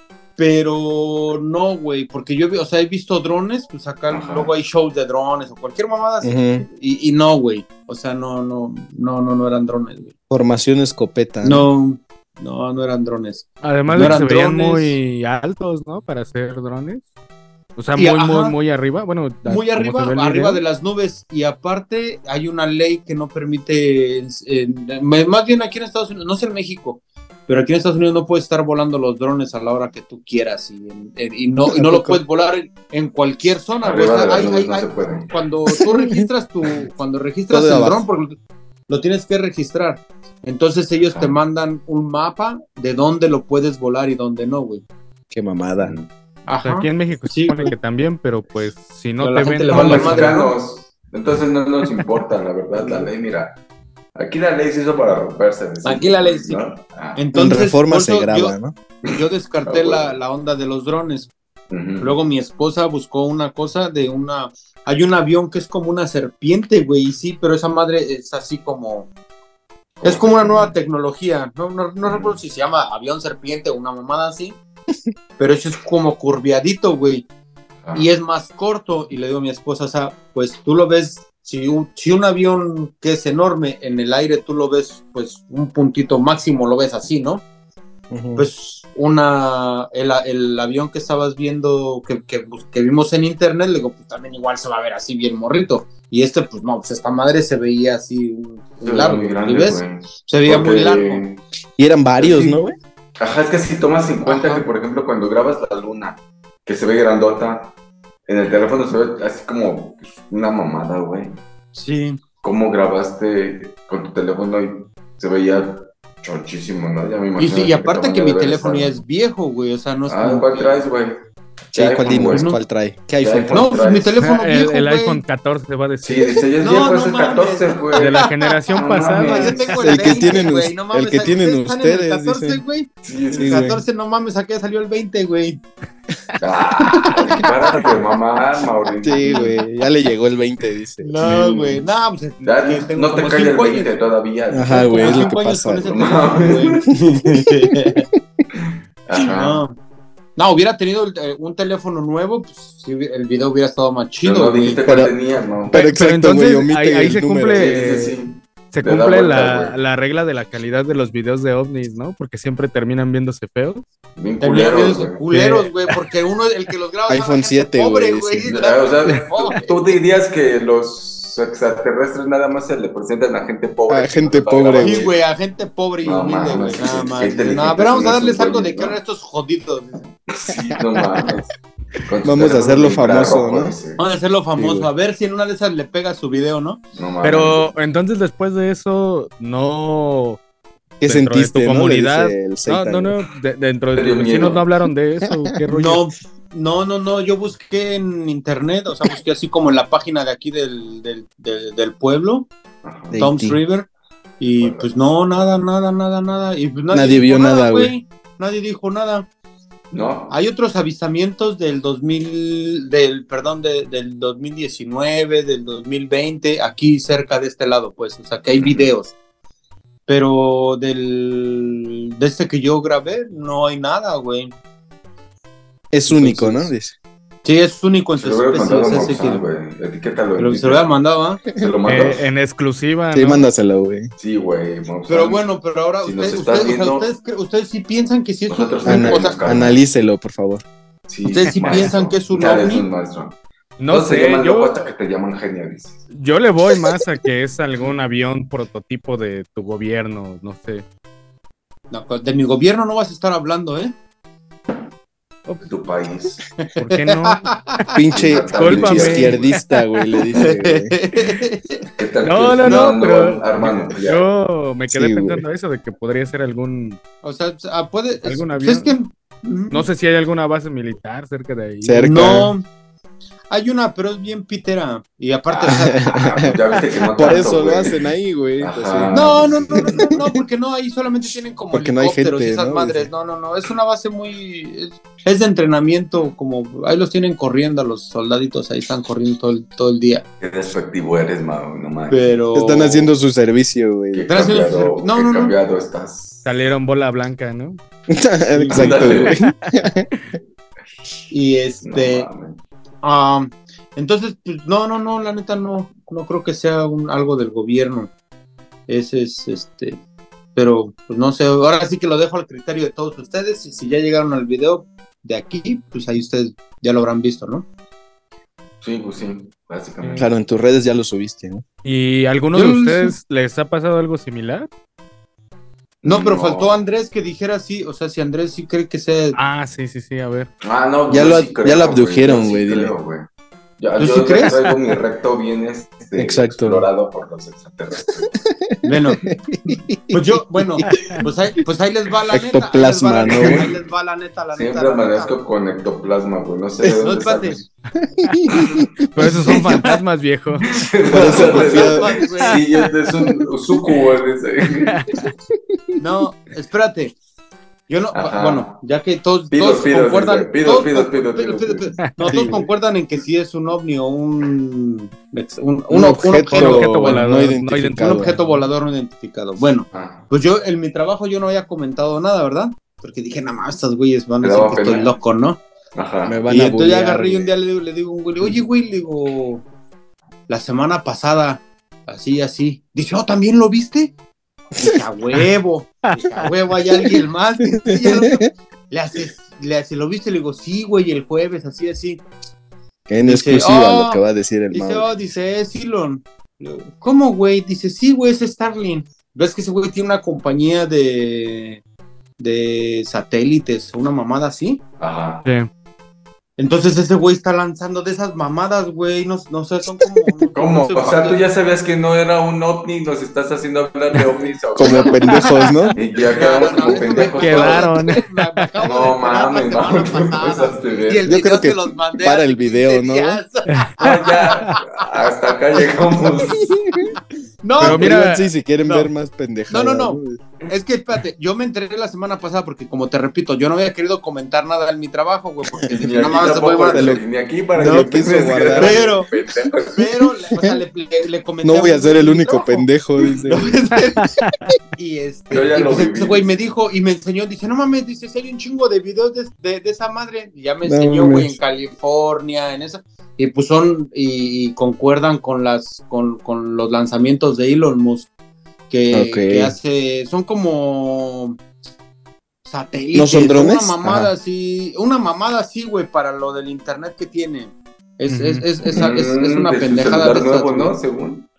[SPEAKER 1] pero no, güey, porque yo, vi- o sea, he visto drones, pues acá
[SPEAKER 2] Ajá.
[SPEAKER 1] luego hay shows de drones o cualquier mamada así.
[SPEAKER 4] Ujú.
[SPEAKER 1] Y, y no, güey, o sea, no, no, no, no, no eran drones, güey.
[SPEAKER 4] Formación escopeta.
[SPEAKER 1] No, no, no eran drones.
[SPEAKER 3] Además
[SPEAKER 1] No
[SPEAKER 3] de que
[SPEAKER 1] eran
[SPEAKER 3] se veían
[SPEAKER 1] drones.
[SPEAKER 3] muy altos, ¿no? Para ser drones. O sea,
[SPEAKER 1] Y
[SPEAKER 3] muy,
[SPEAKER 1] ajá.
[SPEAKER 3] muy, muy arriba. Bueno, da-
[SPEAKER 1] Muy
[SPEAKER 3] como
[SPEAKER 1] arriba,
[SPEAKER 3] se ve el
[SPEAKER 1] arriba
[SPEAKER 3] video.
[SPEAKER 1] de las nubes. Y aparte, hay una ley que no permite. en- en- más bien aquí en Estados Unidos, no sé en México, pero aquí en Estados Unidos no puedes estar volando los drones a la hora que tú quieras. Y, en- en- y no, y no lo
[SPEAKER 4] Tampoco.
[SPEAKER 1] puedes volar en, en cualquier zona. güey.
[SPEAKER 2] Arriba
[SPEAKER 1] O sea,
[SPEAKER 2] de las
[SPEAKER 1] Pues, hay-
[SPEAKER 2] nubes
[SPEAKER 1] hay-
[SPEAKER 2] no
[SPEAKER 1] hay-
[SPEAKER 2] se puede.
[SPEAKER 1] cuando tú registras tu cuando registras
[SPEAKER 4] Todo de
[SPEAKER 1] el
[SPEAKER 4] abajo.
[SPEAKER 1] dron porque lo tienes que registrar entonces ellos
[SPEAKER 2] Ajá.
[SPEAKER 1] te mandan un mapa de dónde lo puedes volar y dónde no güey
[SPEAKER 4] Qué mamada.
[SPEAKER 3] O sea,
[SPEAKER 1] ajá
[SPEAKER 3] aquí en México se
[SPEAKER 1] Sí,
[SPEAKER 3] supone
[SPEAKER 1] güey.
[SPEAKER 3] que también, pero pues si no
[SPEAKER 1] Pero la
[SPEAKER 3] te
[SPEAKER 1] gente
[SPEAKER 3] ven,
[SPEAKER 1] le
[SPEAKER 3] no
[SPEAKER 1] vale
[SPEAKER 3] lo-
[SPEAKER 1] la madre, ¿no?
[SPEAKER 2] mexicanos. Entonces no nos importa, la verdad, la ley, mira. Aquí la ley se hizo para romperse. decimos,
[SPEAKER 1] Aquí la ley sí.
[SPEAKER 2] ¿no? Ah,
[SPEAKER 1] entonces
[SPEAKER 4] en reforma
[SPEAKER 1] por
[SPEAKER 4] se
[SPEAKER 1] eso
[SPEAKER 4] graba,
[SPEAKER 1] yo,
[SPEAKER 4] ¿no?
[SPEAKER 1] yo descarté
[SPEAKER 2] Ah,
[SPEAKER 1] la,
[SPEAKER 2] bueno. Mm.
[SPEAKER 1] la onda de los drones
[SPEAKER 2] ujú.
[SPEAKER 1] luego mi esposa buscó una cosa de una hay un avión que es como una serpiente güey y sí pero esa madre es así como es como una nueva tecnología no no, no
[SPEAKER 2] Mm.
[SPEAKER 1] recuerdo si se llama avión serpiente o una mamada así pero eso es como curviadito güey
[SPEAKER 2] Ah,
[SPEAKER 1] y es más corto. Y le digo a mi esposa, o sea, pues tú lo ves, si un, si un avión que es enorme en el aire, tú lo ves, pues un puntito máximo, lo ves así, ¿no?
[SPEAKER 4] Ujú.
[SPEAKER 1] Pues una, el, a- el avión que estabas viendo, que, que, bus- que vimos en internet, le digo, pues también igual se va a ver así bien morrito. Y este, pues no, pues esta madre se veía así un-
[SPEAKER 2] se
[SPEAKER 1] un
[SPEAKER 2] ve
[SPEAKER 1] largo,
[SPEAKER 2] muy
[SPEAKER 1] ¿sí
[SPEAKER 2] grande,
[SPEAKER 1] ves?
[SPEAKER 2] güey.
[SPEAKER 1] Se veía muy
[SPEAKER 2] Porque-
[SPEAKER 1] largo.
[SPEAKER 4] y eran varios,
[SPEAKER 2] Sí.
[SPEAKER 4] ¿no, güey?
[SPEAKER 2] Ajá, es que si tomas en cuenta
[SPEAKER 1] Ajá.
[SPEAKER 2] que, por ejemplo, cuando grabas la luna, que se ve grandota, en el teléfono se ve así como pues, una mamada, güey.
[SPEAKER 1] Sí.
[SPEAKER 2] ¿Cómo grabaste con tu teléfono y se veía chonchísimo, no? Ya me
[SPEAKER 1] Y,
[SPEAKER 2] imagino
[SPEAKER 1] sí, y
[SPEAKER 2] qué
[SPEAKER 1] aparte que
[SPEAKER 2] tamaño
[SPEAKER 1] mi
[SPEAKER 2] debe
[SPEAKER 1] teléfono ya
[SPEAKER 2] estar.
[SPEAKER 1] es viejo, güey, o sea, no es
[SPEAKER 2] Ah,
[SPEAKER 1] como
[SPEAKER 2] ¿cuál
[SPEAKER 1] que-
[SPEAKER 2] traes, güey?
[SPEAKER 4] Sí,
[SPEAKER 2] ¿Qué
[SPEAKER 4] ¿cuál
[SPEAKER 2] iPhone,
[SPEAKER 4] dinos?
[SPEAKER 2] güey?
[SPEAKER 4] ¿Cuál trae? ¿Qué
[SPEAKER 2] ¿Qué
[SPEAKER 4] iPhone?
[SPEAKER 2] iPhone?
[SPEAKER 1] No, pues mi teléfono
[SPEAKER 3] Ah, el,
[SPEAKER 1] viejo,
[SPEAKER 3] el
[SPEAKER 1] güey.
[SPEAKER 3] iPhone 14 va a decir.
[SPEAKER 2] Sí, dice, ya es
[SPEAKER 1] No,
[SPEAKER 2] viejo,
[SPEAKER 1] no
[SPEAKER 2] es el
[SPEAKER 1] mames.
[SPEAKER 2] 14, güey.
[SPEAKER 3] De la generación
[SPEAKER 2] No
[SPEAKER 3] pasada.
[SPEAKER 1] No,
[SPEAKER 2] mames.
[SPEAKER 1] Ah, yo tengo el,
[SPEAKER 4] El que
[SPEAKER 1] 20,
[SPEAKER 4] tienen
[SPEAKER 1] güey,
[SPEAKER 4] us-
[SPEAKER 1] no mames,
[SPEAKER 4] el que tienen
[SPEAKER 1] están en el
[SPEAKER 4] ustedes,
[SPEAKER 1] 14,
[SPEAKER 4] dicen.
[SPEAKER 1] güey.
[SPEAKER 2] Sí,
[SPEAKER 4] Sí,
[SPEAKER 1] El
[SPEAKER 4] güey.
[SPEAKER 1] 14, no mames, aquí ya salió el 20, güey.
[SPEAKER 2] Ah, párate de mamar, Mauricio.
[SPEAKER 4] Sí, güey. Ya le llegó el 20, dice.
[SPEAKER 1] No,
[SPEAKER 2] Sí.
[SPEAKER 1] güey. No, pues
[SPEAKER 2] Ya,
[SPEAKER 1] que tengo
[SPEAKER 2] no te
[SPEAKER 1] como
[SPEAKER 2] cae el
[SPEAKER 1] cinco
[SPEAKER 2] 20
[SPEAKER 1] años.
[SPEAKER 2] todavía.
[SPEAKER 4] Ajá,
[SPEAKER 1] Tengo
[SPEAKER 4] Ah, güey,
[SPEAKER 1] como
[SPEAKER 4] es lo
[SPEAKER 1] cinco
[SPEAKER 4] que
[SPEAKER 1] años
[SPEAKER 4] pasa.
[SPEAKER 1] con ese
[SPEAKER 4] güey.
[SPEAKER 1] teléfono, güey.
[SPEAKER 2] Ajá.
[SPEAKER 1] No. No, hubiera tenido eh, un teléfono nuevo, pues sí, el video hubiera estado más
[SPEAKER 2] Pero
[SPEAKER 1] chido,
[SPEAKER 2] no
[SPEAKER 1] güey.
[SPEAKER 2] dijiste
[SPEAKER 4] Pero-
[SPEAKER 2] cuál tenías, ¿no?
[SPEAKER 4] Pero
[SPEAKER 3] Pero
[SPEAKER 4] exacto, güey,
[SPEAKER 3] entonces,
[SPEAKER 4] omite
[SPEAKER 3] ahí- ahí
[SPEAKER 4] el
[SPEAKER 3] se
[SPEAKER 4] número.
[SPEAKER 2] Sí,
[SPEAKER 3] cumple-
[SPEAKER 2] sí, sí.
[SPEAKER 3] Se
[SPEAKER 2] Le da
[SPEAKER 3] cumple
[SPEAKER 2] vuelta,
[SPEAKER 3] la,
[SPEAKER 2] güey.
[SPEAKER 3] la regla de la calidad de los videos de ovnis, ¿no? Porque siempre terminan viéndose feos.
[SPEAKER 2] Bien
[SPEAKER 1] Tenía videos
[SPEAKER 2] culeros, güey.
[SPEAKER 1] de culeros, güey, porque uno, el que los graba es la
[SPEAKER 4] iPhone
[SPEAKER 1] gente
[SPEAKER 4] 7,
[SPEAKER 1] pobre,
[SPEAKER 4] güey,
[SPEAKER 1] güey.
[SPEAKER 4] sí.
[SPEAKER 2] Ya, o sea, tú-
[SPEAKER 1] Pobre.
[SPEAKER 2] tú dirías que los extraterrestres nada más se le presentan a gente pobre.
[SPEAKER 4] A gente
[SPEAKER 2] Para
[SPEAKER 4] pobre,
[SPEAKER 2] grabar.
[SPEAKER 1] Sí, güey, a gente pobre y
[SPEAKER 2] No
[SPEAKER 1] humilde,
[SPEAKER 2] mames,
[SPEAKER 1] güey.
[SPEAKER 2] sí,
[SPEAKER 1] Nada
[SPEAKER 2] sí,
[SPEAKER 1] más.
[SPEAKER 2] gente
[SPEAKER 1] güey. No,
[SPEAKER 2] inteligente
[SPEAKER 1] pero vamos
[SPEAKER 2] son
[SPEAKER 1] a darles
[SPEAKER 2] esos
[SPEAKER 1] algo de
[SPEAKER 2] güeyes,
[SPEAKER 1] qué
[SPEAKER 2] ¿no?
[SPEAKER 1] a estos jodidos.
[SPEAKER 2] Sí, no mames. Con su
[SPEAKER 4] Vamos a
[SPEAKER 2] teléfono
[SPEAKER 4] hacerlo
[SPEAKER 2] bien
[SPEAKER 4] famoso,
[SPEAKER 2] rojo,
[SPEAKER 4] ¿no?
[SPEAKER 2] ese.
[SPEAKER 1] Vamos a hacerlo famoso.
[SPEAKER 4] Sí, güey.
[SPEAKER 1] a ver si en una de esas le pega su video, ¿no?
[SPEAKER 2] Ah, No mames.
[SPEAKER 3] Pero entonces después de eso, no.
[SPEAKER 4] ¿Qué
[SPEAKER 3] Dentro de
[SPEAKER 4] sentiste?
[SPEAKER 3] tu
[SPEAKER 4] no? Le
[SPEAKER 3] comunidad.
[SPEAKER 4] dice el
[SPEAKER 3] No,
[SPEAKER 4] Seitan,
[SPEAKER 3] no,
[SPEAKER 4] güey.
[SPEAKER 3] no. de- dentro de
[SPEAKER 2] Te dio
[SPEAKER 3] tus vecinos
[SPEAKER 2] miedo.
[SPEAKER 3] no hablaron de eso. ¿Qué rollo?
[SPEAKER 1] No, no, no, no. Yo busqué en internet, o sea, busqué así como en la página de aquí del, del, del- del pueblo,
[SPEAKER 2] Ajá.
[SPEAKER 4] De
[SPEAKER 1] Tom's
[SPEAKER 4] IT.
[SPEAKER 1] River. Y
[SPEAKER 2] Bueno.
[SPEAKER 1] pues no, nada, nada, nada, nada. Y pues,
[SPEAKER 4] Nadie
[SPEAKER 1] dijo
[SPEAKER 4] vio nada,
[SPEAKER 1] Nadie dijo nada.
[SPEAKER 2] No.
[SPEAKER 1] Hay otros avistamientos del 2000, del, perdón, de- del 2019, del 2020, aquí cerca de este lado, pues, o sea, que hay
[SPEAKER 2] Ujú.
[SPEAKER 1] videos. Pero del, de este que yo grabé, no hay nada, güey.
[SPEAKER 4] Es único, ¿no?
[SPEAKER 1] Entonces-
[SPEAKER 4] Dice.
[SPEAKER 1] Sí, es único en
[SPEAKER 2] Se
[SPEAKER 1] su
[SPEAKER 2] lo hubiera
[SPEAKER 1] especie,
[SPEAKER 2] mandado
[SPEAKER 1] o sea,
[SPEAKER 2] a
[SPEAKER 1] sí que-
[SPEAKER 2] Moxán, güey. Etiquétalo. en
[SPEAKER 1] pero se
[SPEAKER 2] Twitter.
[SPEAKER 1] lo había mandado, ¿ah?
[SPEAKER 2] Se lo mandas.
[SPEAKER 3] Eh, en exclusiva.
[SPEAKER 4] Sí,
[SPEAKER 3] ¿no?
[SPEAKER 4] mándaselo, güey.
[SPEAKER 2] Sí, güey. Moxán.
[SPEAKER 1] Pero bueno, pero ahora
[SPEAKER 2] Si nos
[SPEAKER 1] ustedes,
[SPEAKER 2] estás
[SPEAKER 1] ustedes, o sea,
[SPEAKER 2] viendo-
[SPEAKER 1] ustedes cre- ustedes sí piensan que sí es un...
[SPEAKER 2] Nosotros
[SPEAKER 1] o sea,
[SPEAKER 4] Ana-
[SPEAKER 2] tenemos cara.
[SPEAKER 4] Analícelo, por favor.
[SPEAKER 2] Sí,
[SPEAKER 1] ¿Ustedes sí
[SPEAKER 2] maestro.
[SPEAKER 1] piensan que es un
[SPEAKER 2] Claro,
[SPEAKER 1] ovni?
[SPEAKER 2] es un maestro.
[SPEAKER 3] No
[SPEAKER 2] Todos se
[SPEAKER 3] sé,
[SPEAKER 2] llaman loco
[SPEAKER 3] yo,
[SPEAKER 2] hasta que te llaman genio, dices.
[SPEAKER 3] yo le voy más a que es algún avión prototipo de tu gobierno, no sé.
[SPEAKER 1] no, pues, de mi gobierno no vas a estar hablando, ¿eh?
[SPEAKER 2] Tu país.
[SPEAKER 3] Oh, ¿Por qué no?
[SPEAKER 4] Pinche
[SPEAKER 2] Discúlpame.
[SPEAKER 4] pinche izquierdista, güey, le dice. güey.
[SPEAKER 2] ¿Qué tal
[SPEAKER 3] No,
[SPEAKER 2] que-
[SPEAKER 3] no, no,
[SPEAKER 2] Armando,
[SPEAKER 3] pero
[SPEAKER 2] Armando, ya.
[SPEAKER 3] Yo me quedé
[SPEAKER 4] Sí, güey.
[SPEAKER 3] pensando eso de que podría ser algún.
[SPEAKER 1] o sea, ah, puede... es-
[SPEAKER 3] ¿Algún
[SPEAKER 1] es
[SPEAKER 3] avión?
[SPEAKER 1] que... mm,
[SPEAKER 3] No sé si hay alguna base militar cerca de ahí.
[SPEAKER 4] Cerca.
[SPEAKER 1] No, hay una, pero es bien pitera. Y aparte, o sea,
[SPEAKER 2] Ah, ya viste que no
[SPEAKER 4] Por
[SPEAKER 2] tanto,
[SPEAKER 4] eso
[SPEAKER 2] güey.
[SPEAKER 4] lo hacen ahí, güey.
[SPEAKER 2] Ajá.
[SPEAKER 4] Pues, sí.
[SPEAKER 1] no, no, no, no, no, no, porque no, ahí solamente tienen como
[SPEAKER 4] Porque no hay
[SPEAKER 1] helicópteros y
[SPEAKER 4] gente,
[SPEAKER 1] esas
[SPEAKER 4] ¿no?
[SPEAKER 1] madres.
[SPEAKER 4] Dice.
[SPEAKER 1] No, no, no, es una base muy. es- Es de entrenamiento, como ahí los tienen corriendo a los soldaditos, ahí están corriendo todo el, todo el día.
[SPEAKER 2] Qué despectivo eres, Mau, no mames.
[SPEAKER 1] Pero.
[SPEAKER 4] Están haciendo su servicio, güey.
[SPEAKER 2] Qué
[SPEAKER 1] Están haciendo
[SPEAKER 2] cambiado,
[SPEAKER 1] su- no,
[SPEAKER 2] qué
[SPEAKER 1] no, no.
[SPEAKER 2] cambiado estás.
[SPEAKER 3] Salieron bola blanca, ¿no?
[SPEAKER 4] Exacto,
[SPEAKER 2] Ándale.
[SPEAKER 4] güey.
[SPEAKER 1] Y
[SPEAKER 2] No
[SPEAKER 1] este.
[SPEAKER 2] mames.
[SPEAKER 1] ah, entonces, pues, no, no, no, la neta no. No creo que sea un- algo del gobierno. Ese es este. Pero, pues no sé, ahora sí que lo dejo al criterio de todos ustedes. Y si ya llegaron al video de aquí, pues ahí ustedes ya lo habrán visto, ¿no?
[SPEAKER 2] Sí, pues sí, básicamente.
[SPEAKER 4] Claro, en tus redes ya lo subiste, ¿no?
[SPEAKER 3] ¿Y a alguno
[SPEAKER 1] Yo
[SPEAKER 3] de
[SPEAKER 1] no sé.
[SPEAKER 3] ustedes les ha pasado algo similar?
[SPEAKER 1] No, pero
[SPEAKER 2] No.
[SPEAKER 1] faltó Andrés que dijera sí, o sea, si Andrés sí cree que sea...
[SPEAKER 3] Ah, sí, sí, sí, a ver.
[SPEAKER 2] Ah, no,
[SPEAKER 4] Ya
[SPEAKER 2] yo
[SPEAKER 4] lo-
[SPEAKER 2] sí creo,
[SPEAKER 4] ya lo
[SPEAKER 2] güey,
[SPEAKER 4] abdujeron,
[SPEAKER 2] yo sí
[SPEAKER 4] güey, dile.
[SPEAKER 2] creo, güey. Ya,
[SPEAKER 1] ¿Tú
[SPEAKER 2] yo
[SPEAKER 1] sí
[SPEAKER 2] ya
[SPEAKER 1] crees?
[SPEAKER 2] traigo mi recto bien este,
[SPEAKER 4] Exacto.
[SPEAKER 2] explorado por los extraterrestres.
[SPEAKER 1] Bueno, pues yo, bueno, pues ahí, pues ahí les va la neta. ahí les va la
[SPEAKER 4] Ectoplasma, ¿no,
[SPEAKER 1] neta,
[SPEAKER 4] güey?
[SPEAKER 1] Ahí les va la neta, la neta.
[SPEAKER 2] Siempre
[SPEAKER 1] la neta.
[SPEAKER 2] amanezco con ectoplasma, güey. No sé de
[SPEAKER 1] No,
[SPEAKER 2] dónde
[SPEAKER 1] espérate.
[SPEAKER 2] sale.
[SPEAKER 3] Pero esos son fantasmas, viejo.
[SPEAKER 1] Pues,
[SPEAKER 4] eso confía-
[SPEAKER 2] Sí, este es un usuku, güey. dice.
[SPEAKER 1] No, espérate. Yo no,
[SPEAKER 2] Ajá.
[SPEAKER 1] bueno, ya que todos,
[SPEAKER 2] Pidos,
[SPEAKER 1] todos
[SPEAKER 2] pidos,
[SPEAKER 1] concuerdan.
[SPEAKER 2] dice, pidos,
[SPEAKER 1] todos
[SPEAKER 2] pidos,
[SPEAKER 1] con-
[SPEAKER 2] pidos, pidos,
[SPEAKER 1] No, todos concuerdan en que sí es un ovni o un, un, un-
[SPEAKER 4] Un
[SPEAKER 1] un
[SPEAKER 4] objeto,
[SPEAKER 1] objeto,
[SPEAKER 3] objeto volador, no
[SPEAKER 4] no
[SPEAKER 1] un
[SPEAKER 4] identificado.
[SPEAKER 3] identificado.
[SPEAKER 1] objeto volador no identificado. Bueno,
[SPEAKER 2] Ah,
[SPEAKER 1] pues yo en mi trabajo yo no había comentado nada, ¿verdad? Porque dije, nada más, estos güeyes van a
[SPEAKER 2] Te
[SPEAKER 1] decir
[SPEAKER 2] daba
[SPEAKER 1] que estoy
[SPEAKER 2] pena.
[SPEAKER 1] loco, ¿no?
[SPEAKER 2] Ajá.
[SPEAKER 4] Me van
[SPEAKER 1] y
[SPEAKER 4] a
[SPEAKER 1] entonces ya
[SPEAKER 4] bullear,
[SPEAKER 1] agarré y un
[SPEAKER 4] güey.
[SPEAKER 1] día le, le digo a un güey, le digo, oye, güey, le digo, la semana pasada, así, así. Dice, oh, ¿también lo viste? Dije, a huevo, dije, a huevo, hay alguien más. que sí, ya lo vio". Le haces, le hace, ¿lo viste? Le digo, sí, güey, el jueves, así, así.
[SPEAKER 4] En
[SPEAKER 1] Dice,
[SPEAKER 4] exclusiva
[SPEAKER 1] "Oh".
[SPEAKER 4] lo que va a decir el
[SPEAKER 1] Dice,
[SPEAKER 4] Mau.
[SPEAKER 1] oh, dice, es Elon. Le digo, ¿Cómo, güey? Dice, sí, güey, es Starlink. ¿Ves que ese güey tiene una compañía de, de satélites o una mamada así?
[SPEAKER 2] Ajá.
[SPEAKER 3] Sí.
[SPEAKER 1] Entonces ese güey está lanzando de esas mamadas, güey. No, no sé, son como.
[SPEAKER 2] ¿Cómo?
[SPEAKER 1] no sé
[SPEAKER 2] O sea,
[SPEAKER 1] cuántas-
[SPEAKER 2] tú ya sabías que no era un ovni, nos estás haciendo hablar de ovnis.
[SPEAKER 1] "Oh".
[SPEAKER 2] ahora.
[SPEAKER 4] Como pendejos, ¿no?
[SPEAKER 2] Y ya
[SPEAKER 1] No,
[SPEAKER 2] quedamos
[SPEAKER 1] no,
[SPEAKER 2] como
[SPEAKER 1] no,
[SPEAKER 2] pendejos.
[SPEAKER 3] Quedaron.
[SPEAKER 1] Me acabo de
[SPEAKER 2] No
[SPEAKER 1] enterar la
[SPEAKER 2] mames,
[SPEAKER 1] semana
[SPEAKER 2] no, tú
[SPEAKER 1] pasada.
[SPEAKER 2] empezaste a
[SPEAKER 1] Y el
[SPEAKER 2] ver.
[SPEAKER 4] Yo
[SPEAKER 1] video
[SPEAKER 4] creo que
[SPEAKER 1] se los mandé
[SPEAKER 4] para
[SPEAKER 1] hace
[SPEAKER 4] el video,
[SPEAKER 1] 15
[SPEAKER 4] ¿no?
[SPEAKER 1] días.
[SPEAKER 2] No, Ah, ya, hasta acá llegamos.
[SPEAKER 1] No,
[SPEAKER 3] Pero mira-
[SPEAKER 4] sí, si quieren
[SPEAKER 1] no.
[SPEAKER 4] ver más pendejadas.
[SPEAKER 1] No, no, no. es que espérate, yo me enteré la semana pasada porque, como te repito, yo no había querido comentar nada en mi trabajo, güey, porque dije,
[SPEAKER 2] Ni
[SPEAKER 1] nada
[SPEAKER 2] aquí
[SPEAKER 1] más se
[SPEAKER 2] tampoco,
[SPEAKER 1] vuelvan-
[SPEAKER 4] vuelvan-
[SPEAKER 2] ni aquí para
[SPEAKER 4] No
[SPEAKER 2] que lo
[SPEAKER 4] quiso
[SPEAKER 2] pienses,
[SPEAKER 4] guardar.
[SPEAKER 2] carajo,
[SPEAKER 1] Pero-
[SPEAKER 2] pendejo.
[SPEAKER 1] Pero, o sea, le, le- le comenté.
[SPEAKER 4] No voy a
[SPEAKER 1] un
[SPEAKER 4] ser el
[SPEAKER 1] güey en mi
[SPEAKER 4] único
[SPEAKER 1] trabajo.
[SPEAKER 4] pendejo, dice. Ah,
[SPEAKER 1] No voy a ser- y este,
[SPEAKER 2] Yo ya
[SPEAKER 1] y
[SPEAKER 2] lo
[SPEAKER 1] pues
[SPEAKER 2] viví.
[SPEAKER 1] ese güey me dijo y me enseñó, dice, no mames, dice, si hay un chingo de videos de, de- de esa madre. Y ya me
[SPEAKER 4] No
[SPEAKER 1] enseñó, güey,
[SPEAKER 4] mames.
[SPEAKER 1] en California, en esa. Y pues son, y, y concuerdan con las, con, con los lanzamientos de Elon Musk, que,
[SPEAKER 4] Ok.
[SPEAKER 1] que hace, son como satélites.
[SPEAKER 4] ¿No son drones?
[SPEAKER 1] Una mamada
[SPEAKER 4] Ajá.
[SPEAKER 1] así, una mamada así, güey, para lo del internet que tiene. Es,
[SPEAKER 3] Ujú.
[SPEAKER 1] es, es, es- es- es
[SPEAKER 2] Mm,
[SPEAKER 1] una
[SPEAKER 2] de su
[SPEAKER 1] pendejada
[SPEAKER 2] celular
[SPEAKER 1] de esas,
[SPEAKER 2] nuevo,
[SPEAKER 1] güey.
[SPEAKER 2] ¿no? Según.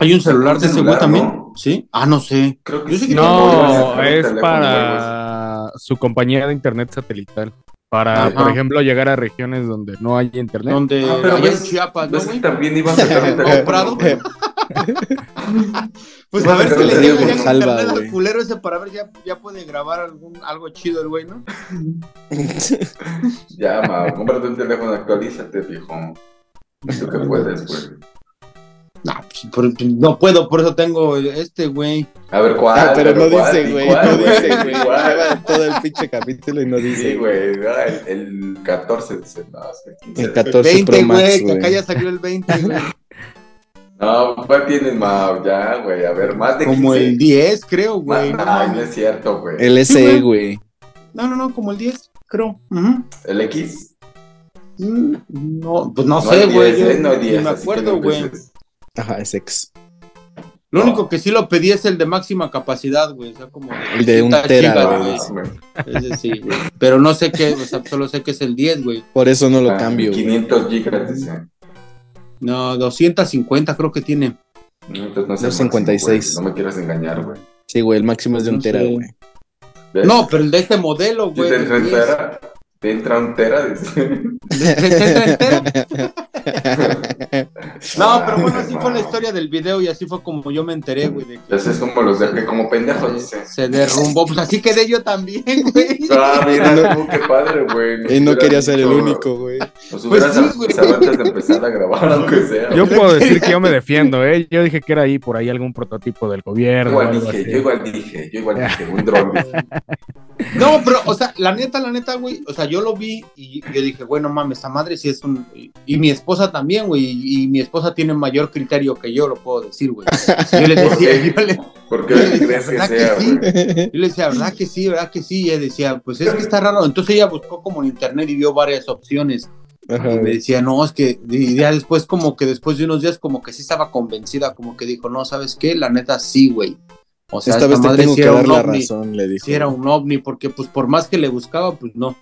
[SPEAKER 1] ¿Hay un celular de ese güey
[SPEAKER 2] Pues, celular,
[SPEAKER 1] también?
[SPEAKER 2] ¿no?
[SPEAKER 1] ¿Sí? Ah, no Ah, sé.
[SPEAKER 2] Creo que
[SPEAKER 1] Yo sé
[SPEAKER 2] sí,
[SPEAKER 1] que
[SPEAKER 2] cuando iban a
[SPEAKER 3] No,
[SPEAKER 2] sacar un
[SPEAKER 3] es
[SPEAKER 2] teléfono nuevo,
[SPEAKER 3] para su compañía de internet satelital. Para,
[SPEAKER 1] Ajá.
[SPEAKER 3] por ejemplo, llegar a regiones donde no hay internet.
[SPEAKER 1] Donde
[SPEAKER 2] Ah, pero
[SPEAKER 1] allá
[SPEAKER 2] ves-
[SPEAKER 1] en Chiapas, ¿no,
[SPEAKER 2] ¿Ves que
[SPEAKER 1] güey?
[SPEAKER 2] también iban a sacar un teléfono,
[SPEAKER 1] Comprado,
[SPEAKER 2] güey?
[SPEAKER 1] Pues
[SPEAKER 2] Bueno,
[SPEAKER 1] a ver
[SPEAKER 2] pero
[SPEAKER 1] si le
[SPEAKER 2] te
[SPEAKER 1] llega
[SPEAKER 2] digo,
[SPEAKER 1] ya
[SPEAKER 4] salva,
[SPEAKER 1] internet al
[SPEAKER 4] güey.
[SPEAKER 1] culero ese para ver si ya, ya puede grabar algún, algo chido el güey, ¿no?
[SPEAKER 2] Ya, ma, cómprate un teléfono, actualízate, viejo. Lo que puedes, güey.
[SPEAKER 1] No, pues, por- no puedo, por eso tengo este, güey.
[SPEAKER 2] A ver, ¿cuál?
[SPEAKER 4] Ah, pero no
[SPEAKER 2] ¿cuál?
[SPEAKER 4] dice,
[SPEAKER 2] ¿Y
[SPEAKER 4] güey.
[SPEAKER 2] cuál,
[SPEAKER 4] No dice, güey.
[SPEAKER 2] ¿Cuál?
[SPEAKER 4] Lleva todo el pinche capítulo y no
[SPEAKER 2] Sí,
[SPEAKER 4] dice.
[SPEAKER 2] güey. no, El, el 14 dice, no, es que el 15.
[SPEAKER 4] El 14 Pro
[SPEAKER 1] 20,
[SPEAKER 4] Max,
[SPEAKER 1] güey, que acá
[SPEAKER 4] güey.
[SPEAKER 1] ya salió el 20, güey.
[SPEAKER 2] No, ¿cuál tienes, ma? Ya, güey. A ver, más de 15.
[SPEAKER 1] Como el 10, creo,
[SPEAKER 2] Ma-
[SPEAKER 1] güey. No,
[SPEAKER 2] Ay, no
[SPEAKER 1] mames.
[SPEAKER 2] es cierto, Ah, güey. El...
[SPEAKER 4] El SE, güey.
[SPEAKER 1] no, no, no, como el 10, creo. Ujú.
[SPEAKER 2] X?
[SPEAKER 1] Mm, No, pues no,
[SPEAKER 2] No,
[SPEAKER 1] sé,
[SPEAKER 2] hay
[SPEAKER 1] güey.
[SPEAKER 2] 10,
[SPEAKER 1] yo
[SPEAKER 2] ¿eh? No hay
[SPEAKER 1] ni
[SPEAKER 2] 10,
[SPEAKER 1] me
[SPEAKER 2] así que
[SPEAKER 1] acuerdo,
[SPEAKER 2] no
[SPEAKER 1] güey.
[SPEAKER 2] empieces.
[SPEAKER 4] Ajá, es X.
[SPEAKER 1] Lo
[SPEAKER 2] No.
[SPEAKER 1] único que sí lo pedí es el de máxima capacidad, güey. O sea, como
[SPEAKER 4] El de un
[SPEAKER 1] 200
[SPEAKER 4] tera,
[SPEAKER 1] gigas,
[SPEAKER 4] güey.
[SPEAKER 1] güey.
[SPEAKER 2] Ah, güey.
[SPEAKER 1] Ese sí, güey. Pero no sé qué, o sea, solo sé que es el 10, güey.
[SPEAKER 4] Por eso no lo
[SPEAKER 2] Ah,
[SPEAKER 4] cambio, güey.
[SPEAKER 2] 500 gigas, dice.
[SPEAKER 1] No, 250 creo que tiene.
[SPEAKER 2] Entonces, no sé,
[SPEAKER 4] 256.
[SPEAKER 2] máximo, güey, No me quieras engañar, güey.
[SPEAKER 4] Sí, güey, el máximo es de un
[SPEAKER 1] No
[SPEAKER 4] tera,
[SPEAKER 1] sé.
[SPEAKER 4] güey.
[SPEAKER 2] ¿Ves?
[SPEAKER 1] No, pero el de este modelo,
[SPEAKER 2] Si
[SPEAKER 1] güey.
[SPEAKER 2] te entra
[SPEAKER 1] el
[SPEAKER 2] un
[SPEAKER 1] 10.
[SPEAKER 2] tera, te entra un tera, dice.
[SPEAKER 1] ¿Te entra entero? No, pero bueno, así fue la historia del video y así fue como yo me enteré, güey. de que
[SPEAKER 2] Entonces es como los dejé como pendejos, dice.
[SPEAKER 1] se, se derrumbó. Pues así quedé yo también, güey.
[SPEAKER 2] Ah, mira,
[SPEAKER 4] No.
[SPEAKER 2] tú, qué padre, güey.
[SPEAKER 4] Y no
[SPEAKER 2] Hubieras
[SPEAKER 4] quería ser el
[SPEAKER 2] dicho,
[SPEAKER 4] único, güey.
[SPEAKER 2] Nos Pues hubieras
[SPEAKER 1] Pues sí, güey.
[SPEAKER 2] avisado antes de empezar a grabar, aunque sea.
[SPEAKER 3] Yo
[SPEAKER 2] güey.
[SPEAKER 3] puedo decir que yo me defiendo, ¿eh? Yo dije que era ahí por ahí algún prototipo del
[SPEAKER 2] Yo
[SPEAKER 3] gobierno. o
[SPEAKER 2] igual
[SPEAKER 3] algo
[SPEAKER 2] dije,
[SPEAKER 3] así.
[SPEAKER 2] yo igual dije, yo igual dije, un dron. dije.
[SPEAKER 1] No, pero, o sea, la neta, la neta, güey. O sea, yo lo vi y yo dije, bueno, mames, esta madre sí es un. Y mi esposa también, güey. Y, y mi esposa tiene mayor criterio que yo, lo puedo decir, güey. Yo le
[SPEAKER 2] ¿Por
[SPEAKER 1] decía,
[SPEAKER 2] qué?
[SPEAKER 1] yo le,
[SPEAKER 2] ¿Por qué crees que
[SPEAKER 1] ¿Verdad que
[SPEAKER 2] sea,
[SPEAKER 1] sí?
[SPEAKER 2] güey?
[SPEAKER 1] Yo le decía, ¿verdad que sí? ¿Verdad que sí? Y ella decía, pues es que está raro. Entonces ella buscó como en internet y vio varias opciones.
[SPEAKER 4] Ajá,
[SPEAKER 1] Y me
[SPEAKER 4] güey.
[SPEAKER 1] decía, no, es que y ya después como que después de unos días como que sí estaba convencida, como que dijo, no, ¿sabes qué? La neta sí, güey. O sea,
[SPEAKER 4] Esta vez te tengo
[SPEAKER 1] sí
[SPEAKER 4] que
[SPEAKER 1] era
[SPEAKER 4] dar
[SPEAKER 1] un
[SPEAKER 4] la
[SPEAKER 1] ovni,
[SPEAKER 4] razón, le dijo.
[SPEAKER 1] sí era un ovni, porque pues por más que le buscaba, pues no.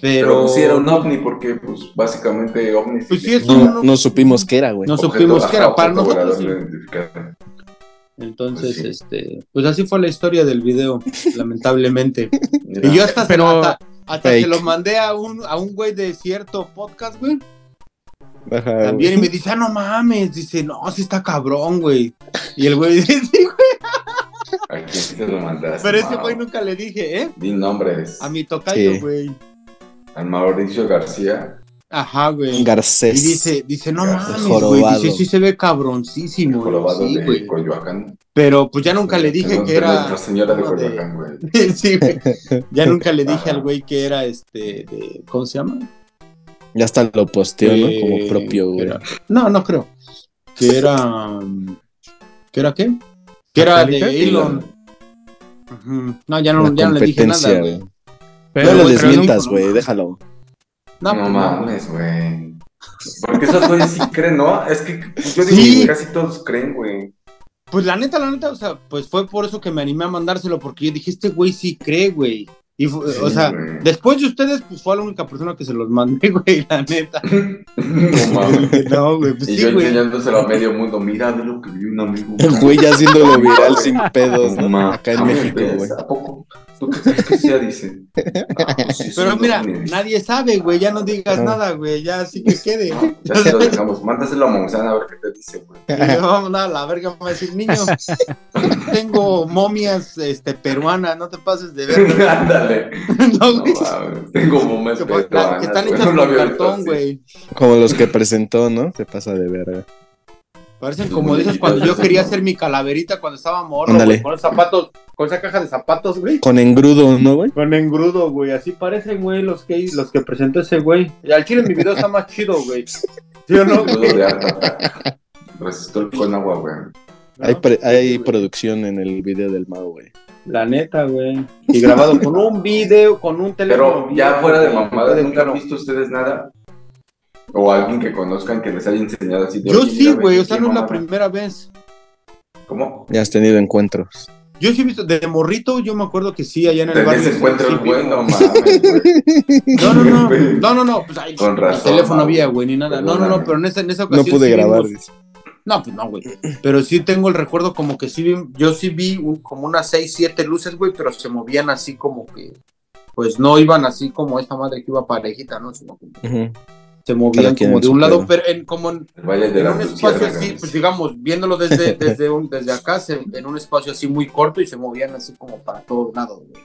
[SPEAKER 2] Pero pues
[SPEAKER 1] Pero,
[SPEAKER 2] sí era un ovni, porque, pues, básicamente ovnis.
[SPEAKER 1] Pues sí es un
[SPEAKER 4] No, no supimos qué era, güey.
[SPEAKER 1] no
[SPEAKER 2] objeto-
[SPEAKER 1] supimos que era
[SPEAKER 2] ajá,
[SPEAKER 1] para
[SPEAKER 2] objeto
[SPEAKER 1] nosotros.
[SPEAKER 2] volador
[SPEAKER 1] sí.
[SPEAKER 2] no identificado.
[SPEAKER 1] Entonces,
[SPEAKER 2] Pues sí.
[SPEAKER 1] este, pues así fue la historia del video, lamentablemente.
[SPEAKER 2] Mira,
[SPEAKER 1] Y yo hasta,
[SPEAKER 3] Pero-
[SPEAKER 1] hasta, hasta
[SPEAKER 4] Fake.
[SPEAKER 1] se lo mandé a un, a un güey de cierto podcast, güey.
[SPEAKER 4] Ajá, güey.
[SPEAKER 1] También y me dice, ah, no mames. Dice, no, sí está cabrón, güey. Y el güey dice, sí, güey.
[SPEAKER 2] ¿A quién sí se lo mandaste?
[SPEAKER 1] Pero ese
[SPEAKER 2] Mao?
[SPEAKER 1] güey nunca le dije, ¿eh?
[SPEAKER 2] Di nombres.
[SPEAKER 1] A mi tocayo,
[SPEAKER 4] Sí.
[SPEAKER 1] güey.
[SPEAKER 2] Al Mauricio García.
[SPEAKER 1] Ajá, güey.
[SPEAKER 4] Garcés.
[SPEAKER 1] Y dice, dice, no
[SPEAKER 2] Ya,
[SPEAKER 1] mames, güey.
[SPEAKER 4] jorobado.
[SPEAKER 1] Dice, sí se ve
[SPEAKER 2] El
[SPEAKER 1] cabroncísimo.
[SPEAKER 2] jorobado
[SPEAKER 1] Sí,
[SPEAKER 2] de
[SPEAKER 1] güey.
[SPEAKER 2] Coyoacán.
[SPEAKER 1] Pero pues ya nunca le dije
[SPEAKER 2] Tenemos
[SPEAKER 1] que
[SPEAKER 2] de
[SPEAKER 1] era.
[SPEAKER 2] Nuestra Señora de
[SPEAKER 1] uno de-
[SPEAKER 2] Coyoacán, güey.
[SPEAKER 1] Sí, güey. Ya nunca le dije
[SPEAKER 2] Ajá.
[SPEAKER 1] al güey que era este. de- ¿Cómo se llama?
[SPEAKER 4] Ya hasta lo posteó, ¿no?
[SPEAKER 1] Eh,
[SPEAKER 4] Como propio,
[SPEAKER 1] que
[SPEAKER 4] güey.
[SPEAKER 1] era- No, no creo. Que era. mm, ¿Que era qué? Que era de
[SPEAKER 3] ¿Satélite?
[SPEAKER 1] Elon. Ujú. No, ya
[SPEAKER 4] La
[SPEAKER 1] no, ya no le dije nada,
[SPEAKER 4] competencia,
[SPEAKER 1] güey.
[SPEAKER 4] güey.
[SPEAKER 3] Pero,
[SPEAKER 4] No lo
[SPEAKER 1] güey, pero
[SPEAKER 4] desmientas,
[SPEAKER 1] no-
[SPEAKER 4] güey. Déjalo.
[SPEAKER 1] No,
[SPEAKER 2] no
[SPEAKER 1] pues, no, güey.
[SPEAKER 2] mames, güey. Porque esos güeyes sí creen, ¿no? Es que yo digo
[SPEAKER 1] Sí.
[SPEAKER 2] que casi todos creen, güey.
[SPEAKER 1] Pues la neta, la neta, o sea, pues fue por eso que me animé a mandárselo, porque yo dije, este güey sí cree, güey. Y, fu- o
[SPEAKER 2] Sí,
[SPEAKER 1] sea,
[SPEAKER 2] güey.
[SPEAKER 1] después de ustedes, pues fue la única persona que se los mandé, güey, la neta.
[SPEAKER 2] No mames.
[SPEAKER 1] No, güey, pues
[SPEAKER 2] Y
[SPEAKER 1] sí,
[SPEAKER 2] yo
[SPEAKER 1] güey.
[SPEAKER 2] enseñándoselo a medio mundo. Mira, ve lo que vi un amigo.
[SPEAKER 4] El güey ya haciéndolo viral sin pedos, ¿no?
[SPEAKER 2] mames,
[SPEAKER 4] Acá en México, güey.
[SPEAKER 2] Ah, ¿A poco? ¿Tú qué crees que sea? Dice. Ah, pues sí,
[SPEAKER 1] Pero
[SPEAKER 2] son
[SPEAKER 1] mira,
[SPEAKER 2] ovnis.
[SPEAKER 1] nadie sabe, güey, ya no digas
[SPEAKER 4] Ah.
[SPEAKER 1] nada, güey, ya así que quede. Y
[SPEAKER 2] Ya se lo dejamos. Mándaselo a Monzana a ver qué te dice, güey.
[SPEAKER 1] yo, vamos a la verga, vamos a decir, niño, tengo momias este, peruanas, no te pases de ver.
[SPEAKER 2] Ándale.
[SPEAKER 1] No,
[SPEAKER 2] No
[SPEAKER 1] güey.
[SPEAKER 2] mames. Tengo momentos.
[SPEAKER 1] Que, pues, la- que están hechas con cartón, güey.
[SPEAKER 4] Como los que presentó, ¿no? Se pasa de verga.
[SPEAKER 1] Parecen
[SPEAKER 2] Sí,
[SPEAKER 1] como
[SPEAKER 2] güey,
[SPEAKER 1] de esas
[SPEAKER 2] yo
[SPEAKER 1] cuando yo
[SPEAKER 2] también,
[SPEAKER 1] quería
[SPEAKER 2] ¿no?
[SPEAKER 1] hacer mi calaverita cuando estaba morro,
[SPEAKER 4] Ándale.
[SPEAKER 1] güey, con los zapatos, con esa caja de zapatos, güey.
[SPEAKER 4] Con engrudo, ¿no, güey?
[SPEAKER 1] Con engrudo, güey, así parecen, güey, los que, los que presentó ese güey. Y al chile mi video está más chido, güey. ¿Sí o no? güey?
[SPEAKER 2] de harta. Resistol con agua, güey.
[SPEAKER 4] Hay, pre- hay
[SPEAKER 1] güey.
[SPEAKER 4] producción en el video del Mau, güey.
[SPEAKER 1] La neta, güey. Y grabado con un video, con un teléfono.
[SPEAKER 2] Pero ya
[SPEAKER 1] viejo,
[SPEAKER 2] fuera de
[SPEAKER 1] güey,
[SPEAKER 2] mamada,
[SPEAKER 1] de
[SPEAKER 2] ¿nunca han
[SPEAKER 1] pelo.
[SPEAKER 2] visto ustedes nada? O alguien que conozcan que les haya enseñado así de,
[SPEAKER 1] Yo
[SPEAKER 2] "Oye,
[SPEAKER 1] sí,
[SPEAKER 2] mira,
[SPEAKER 1] güey,
[SPEAKER 2] ve,
[SPEAKER 1] o sea,
[SPEAKER 2] qué
[SPEAKER 1] no es la
[SPEAKER 2] mamada".
[SPEAKER 1] primera vez.
[SPEAKER 2] ¿Cómo?
[SPEAKER 4] Ya has tenido encuentros.
[SPEAKER 1] Yo sí he visto, de morrito, yo me acuerdo que sí, allá en el
[SPEAKER 2] Tenías
[SPEAKER 1] barrio.
[SPEAKER 2] ese encuentro
[SPEAKER 1] sí,
[SPEAKER 2] el güey, no
[SPEAKER 1] vimos.
[SPEAKER 2] mames, güey.
[SPEAKER 1] No, no, no, no, no, no, pues, ay,
[SPEAKER 2] Con
[SPEAKER 1] ni
[SPEAKER 2] razón,
[SPEAKER 1] teléfono
[SPEAKER 2] Mau.
[SPEAKER 1] había, güey, ni nada. No, no, no,
[SPEAKER 2] Perdóname.
[SPEAKER 1] pero en esa, en esa
[SPEAKER 4] No
[SPEAKER 1] ocasión
[SPEAKER 4] pude
[SPEAKER 1] sí
[SPEAKER 4] grabar,
[SPEAKER 1] vimos-
[SPEAKER 4] dice.
[SPEAKER 1] No, pues no, güey. Pero sí tengo el recuerdo como que sí vi, yo sí vi un- como unas 6, 7 luces, güey, pero se movían así como que pues no iban así como esta madre que iba parejita, ¿no? Sino que
[SPEAKER 4] Ujú.
[SPEAKER 1] se movían
[SPEAKER 4] Cada quien
[SPEAKER 1] como
[SPEAKER 4] en
[SPEAKER 1] de
[SPEAKER 4] su
[SPEAKER 1] un lado,
[SPEAKER 4] pedo.
[SPEAKER 1] pero en, como en,
[SPEAKER 2] El Valle de
[SPEAKER 1] en
[SPEAKER 2] las
[SPEAKER 1] un espacio
[SPEAKER 2] Luciérnagas.
[SPEAKER 1] así, pues digamos, viéndolo desde, desde, un, desde acá, se- en un espacio así muy corto y se movían así como para todos lados, güey.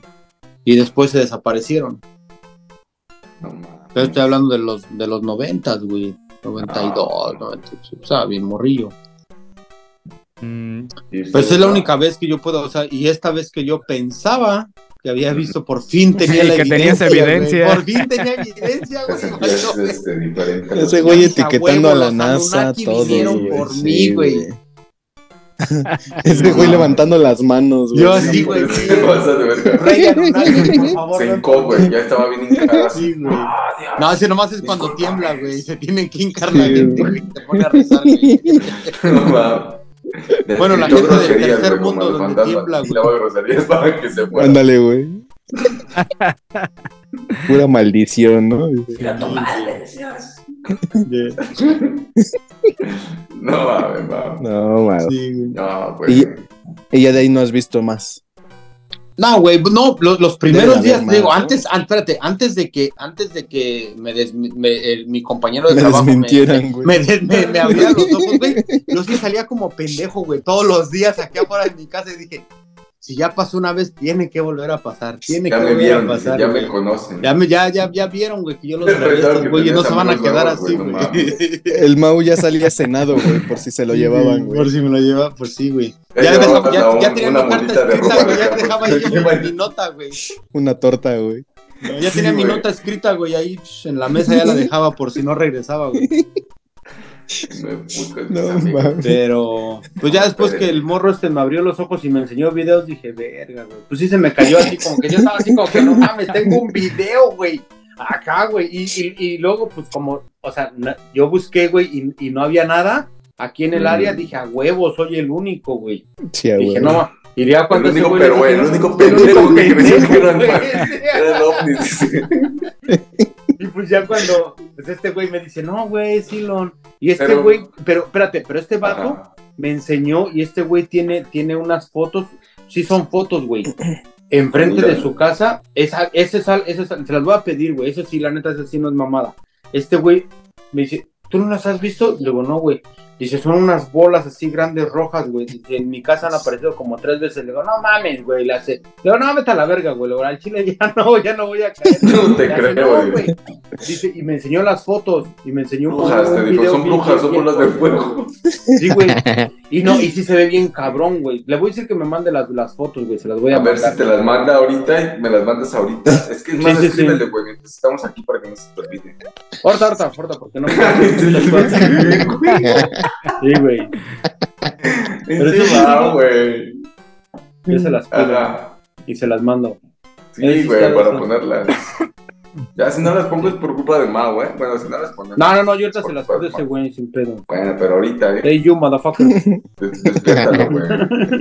[SPEAKER 1] Y después se desaparecieron.
[SPEAKER 2] No mames.
[SPEAKER 3] Mm.
[SPEAKER 1] Pero estoy hablando de los de los 90, güey. 92,
[SPEAKER 3] Ah.
[SPEAKER 1] 93, o sea, bien morrillo.
[SPEAKER 3] Mm,
[SPEAKER 2] Sí,
[SPEAKER 1] Pues
[SPEAKER 2] sí,
[SPEAKER 1] es la
[SPEAKER 2] no.
[SPEAKER 1] única vez que yo puedo, o sea, y esta vez que yo pensaba que había visto, por fin tenía
[SPEAKER 3] Mm. Sí,
[SPEAKER 1] la
[SPEAKER 3] que tenías
[SPEAKER 1] evidencia. güey.
[SPEAKER 3] evidencia.
[SPEAKER 1] Por fin tenía evidencia,
[SPEAKER 2] Te
[SPEAKER 1] güey.
[SPEAKER 2] sentías,
[SPEAKER 1] cuando-
[SPEAKER 2] este, diferente.
[SPEAKER 4] Ese güey
[SPEAKER 1] Ya,
[SPEAKER 4] etiquetando
[SPEAKER 1] a
[SPEAKER 4] a
[SPEAKER 1] huevo,
[SPEAKER 4] la
[SPEAKER 1] los
[SPEAKER 4] NASA,
[SPEAKER 1] Anunnaki
[SPEAKER 4] todo.
[SPEAKER 1] vinieron por mí, güey.
[SPEAKER 4] Ese güey levantando las manos, güey.
[SPEAKER 1] Yo
[SPEAKER 4] Sí,
[SPEAKER 1] así, güey.
[SPEAKER 2] ¿Qué te pasa de verga?
[SPEAKER 1] Reagan, un ángel, por favor.
[SPEAKER 2] Se
[SPEAKER 1] no-
[SPEAKER 2] hincó, güey. Ya estaba bien hincada.
[SPEAKER 1] Sí, güey.
[SPEAKER 2] Ah, Dios.
[SPEAKER 1] No, ese nomás es cuando
[SPEAKER 2] Discúlpame.
[SPEAKER 1] tiembla, güey. Se tienen que encarnar.
[SPEAKER 4] Sí,
[SPEAKER 1] gente,
[SPEAKER 4] güey.
[SPEAKER 1] güey, se pone a rezar, güey.
[SPEAKER 2] No mames.
[SPEAKER 1] Bueno, la
[SPEAKER 2] Yo
[SPEAKER 1] gente del
[SPEAKER 2] groserías,
[SPEAKER 1] tercer
[SPEAKER 2] güey, como
[SPEAKER 1] mundo
[SPEAKER 2] los
[SPEAKER 1] donde
[SPEAKER 2] fantasmas,
[SPEAKER 1] tiembla, güey.
[SPEAKER 2] tiraba groserías para que se fuera.
[SPEAKER 4] Ándale, güey. Pura maldición, ¿no?
[SPEAKER 2] No mames, mames.
[SPEAKER 4] No, mames.
[SPEAKER 1] Sí, güey.
[SPEAKER 2] No, pues.
[SPEAKER 4] Y-
[SPEAKER 2] güey.
[SPEAKER 4] Y ya de ahí no has visto más.
[SPEAKER 1] No, güey, no, lo- los,
[SPEAKER 4] Debe
[SPEAKER 1] primeros
[SPEAKER 4] de haber
[SPEAKER 1] días,
[SPEAKER 4] más,
[SPEAKER 1] digo,
[SPEAKER 4] ¿no?
[SPEAKER 1] antes, ah, espérate, antes de que, antes de que me des- me- el- mi compañero de
[SPEAKER 4] Me
[SPEAKER 1] trabajo me-
[SPEAKER 4] desmintieran, güey.
[SPEAKER 1] me, des- me- me abría los ojos, güey, yo sí salía como pendejo, güey, todos los días aquí afuera de mi casa y dije, si ya pasó una vez, tiene que volver a pasar, tiene
[SPEAKER 2] Ya
[SPEAKER 1] que
[SPEAKER 2] me
[SPEAKER 1] volver
[SPEAKER 2] vieron,
[SPEAKER 1] a pasar.
[SPEAKER 2] ya
[SPEAKER 1] güey.
[SPEAKER 2] me conocen.
[SPEAKER 1] Ya, me- ya, ya, ya vieron, güey, que yo los
[SPEAKER 2] Pensaron que
[SPEAKER 1] traviesos, güey, no
[SPEAKER 2] tenías
[SPEAKER 1] se van a
[SPEAKER 2] amigos
[SPEAKER 1] quedar
[SPEAKER 2] nuevos,
[SPEAKER 1] así,
[SPEAKER 2] güey,
[SPEAKER 1] güey.
[SPEAKER 2] no
[SPEAKER 4] El Mau ya salía cenado, güey, por si se lo llevaban, güey.
[SPEAKER 1] Por si me lo lleva, por sí, güey.
[SPEAKER 2] Ya
[SPEAKER 1] Ya,
[SPEAKER 2] llevaban
[SPEAKER 1] dejaba- ya,
[SPEAKER 2] hasta
[SPEAKER 1] ya
[SPEAKER 2] un-
[SPEAKER 1] tenía
[SPEAKER 2] una
[SPEAKER 1] mi carta
[SPEAKER 2] bolita de
[SPEAKER 1] escrita,
[SPEAKER 2] ropa
[SPEAKER 1] güey,
[SPEAKER 2] de
[SPEAKER 1] ya
[SPEAKER 2] campo.
[SPEAKER 1] dejaba ahí mi- mi nota, güey.
[SPEAKER 4] Una torta, güey.
[SPEAKER 1] No, ya
[SPEAKER 2] Sí,
[SPEAKER 1] tenía mi
[SPEAKER 2] güey.
[SPEAKER 1] nota escrita, güey, ahí psh, en la mesa ya la dejaba por si no regresaba, güey.
[SPEAKER 2] Me puto, mis
[SPEAKER 4] No,
[SPEAKER 2] amigos.
[SPEAKER 4] mames.
[SPEAKER 1] Pero, pues ya después que el morro este me abrió los ojos y me enseñó videos, dije, verga, güey. Pues sí se me cayó así, como que yo estaba así, como que no mames, tengo un video, güey. Acá, güey. Y, y- y luego, pues como, o sea, na- yo busqué, güey, y, y no había nada. Aquí en el
[SPEAKER 2] Mm.
[SPEAKER 1] área dije, a huevo, soy el único, güey.
[SPEAKER 4] Sí, güey.
[SPEAKER 1] Dije, no, ma- iría cuando
[SPEAKER 2] El único
[SPEAKER 1] ese güey-
[SPEAKER 2] pero, el único pendejo que creció que eran
[SPEAKER 1] güey.
[SPEAKER 2] eran ovnis.
[SPEAKER 1] Y pues ya cuando pues este güey me dice, no, güey, es Elon. Y este
[SPEAKER 2] Pero-
[SPEAKER 1] güey, pero espérate, pero este vato
[SPEAKER 2] Ajá.
[SPEAKER 1] me enseñó y este güey tiene, tiene unas fotos, sí son fotos, güey. Enfrente
[SPEAKER 2] Mira.
[SPEAKER 1] de su casa, esa, ese sal, ese sal, se las voy a pedir, güey. Eso sí, la neta, eso sí no es mamada. Este güey me dice, ¿tú no las has visto? Le digo, no, güey. Dice, son unas bolas así grandes rojas, güey. Dice, en mi casa han aparecido como tres veces. Le digo, no mames, güey. Le hace, le digo, no, vete a la verga, güey. Le digo, al chile ya no, ya no voy a caer.
[SPEAKER 2] No te
[SPEAKER 1] Le hace,
[SPEAKER 2] creo,
[SPEAKER 1] "No,
[SPEAKER 2] güey.
[SPEAKER 1] güey. Dice, y me enseñó las fotos y me enseñó un-
[SPEAKER 2] Brujas, te
[SPEAKER 1] un
[SPEAKER 2] digo,
[SPEAKER 1] video
[SPEAKER 2] son
[SPEAKER 1] bien
[SPEAKER 2] brujas, son
[SPEAKER 1] viejo,
[SPEAKER 2] bolas de
[SPEAKER 1] güey.
[SPEAKER 2] fuego.
[SPEAKER 1] Sí, güey. Y no, y sí se ve bien cabrón, güey. Le voy a decir que me mande las, las fotos, güey. Se las voy a,
[SPEAKER 2] A ver
[SPEAKER 1] mandar.
[SPEAKER 2] si te las manda ahorita y me las mandas ahorita. Es que es
[SPEAKER 1] Sí,
[SPEAKER 2] más,
[SPEAKER 1] sí, sí.
[SPEAKER 2] escríbele, güey, mientras estamos aquí para que no se te olvide.
[SPEAKER 1] Ahorita, ahorita, ahorita, porque no me
[SPEAKER 2] Pero
[SPEAKER 1] Sí, güey. sí,
[SPEAKER 2] sí, va,
[SPEAKER 1] sí.
[SPEAKER 2] güey.
[SPEAKER 1] Yo se las pongo
[SPEAKER 2] Ajá.
[SPEAKER 1] y se las mando.
[SPEAKER 2] Sí,
[SPEAKER 1] Eso
[SPEAKER 2] güey,
[SPEAKER 1] está
[SPEAKER 2] para
[SPEAKER 1] bien.
[SPEAKER 2] ponerlas. Ya, si no las pongo es por culpa de Mao, ¿eh? Bueno, si no las ponemos.
[SPEAKER 1] No, no, no, yo ahorita se las pongo a ese güey sin pedo.
[SPEAKER 2] Bueno, pero ahorita, ¿eh?
[SPEAKER 1] Hey, you, motherfucker.
[SPEAKER 2] Des- Despiértalo, güey.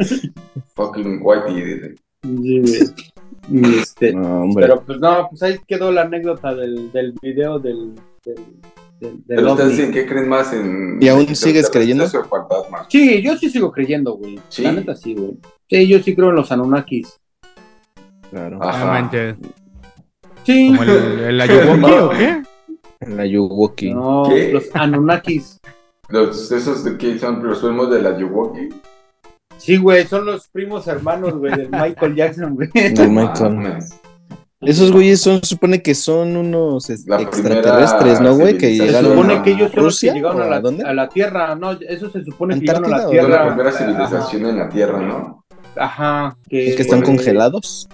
[SPEAKER 2] Fucking whitey, dice.
[SPEAKER 1] Sí, güey. Y Este,
[SPEAKER 4] No, hombre.
[SPEAKER 1] pero pues no, pues ahí quedó la anécdota del, del video del. del, del, del
[SPEAKER 2] Pero
[SPEAKER 1] ovni.
[SPEAKER 2] ustedes, ¿en qué creen más? en
[SPEAKER 4] ¿Y aún sigues creyendo?
[SPEAKER 2] Eso es fantasma.
[SPEAKER 1] Sí, yo sí sigo creyendo, güey.
[SPEAKER 2] Sí.
[SPEAKER 1] La neta sí, güey. Sí, yo sí creo en los Anunnakis.
[SPEAKER 4] Claro.
[SPEAKER 1] Ah.
[SPEAKER 3] no
[SPEAKER 2] Ajá.
[SPEAKER 3] manches.
[SPEAKER 1] Sí.
[SPEAKER 3] ¿Como el, el Ayuwoki o qué?
[SPEAKER 4] En la Yuwoki.
[SPEAKER 1] No,
[SPEAKER 2] ¿Qué?
[SPEAKER 1] los Anunnakis.
[SPEAKER 2] Los, esos de que son los primos de la Yuwoki.
[SPEAKER 1] Sí, güey, son los primos hermanos, güey, del Michael Jackson, güey.
[SPEAKER 4] Del
[SPEAKER 1] Ah,
[SPEAKER 4] Michael.
[SPEAKER 2] Ah, Mames.
[SPEAKER 4] Esos güeyes son, se supone que son unos es-
[SPEAKER 2] La
[SPEAKER 4] extraterrestres,
[SPEAKER 2] primera
[SPEAKER 4] ¿no, güey? Que
[SPEAKER 1] Se
[SPEAKER 2] civilización.
[SPEAKER 4] llegaron
[SPEAKER 1] supone
[SPEAKER 4] a
[SPEAKER 1] que ellos son los que
[SPEAKER 4] Rusia.
[SPEAKER 1] llegaron
[SPEAKER 4] ¿o
[SPEAKER 1] a la,
[SPEAKER 4] dónde?
[SPEAKER 1] a la Tierra, ¿no? Eso se supone que llegaron a la
[SPEAKER 4] ¿Antártida o
[SPEAKER 2] Fue la
[SPEAKER 1] Tierra.
[SPEAKER 2] primera civilización en la Tierra, ¿no?
[SPEAKER 1] Ajá. ajá, que,
[SPEAKER 4] ¿Es que están
[SPEAKER 1] eh,
[SPEAKER 4] congelados?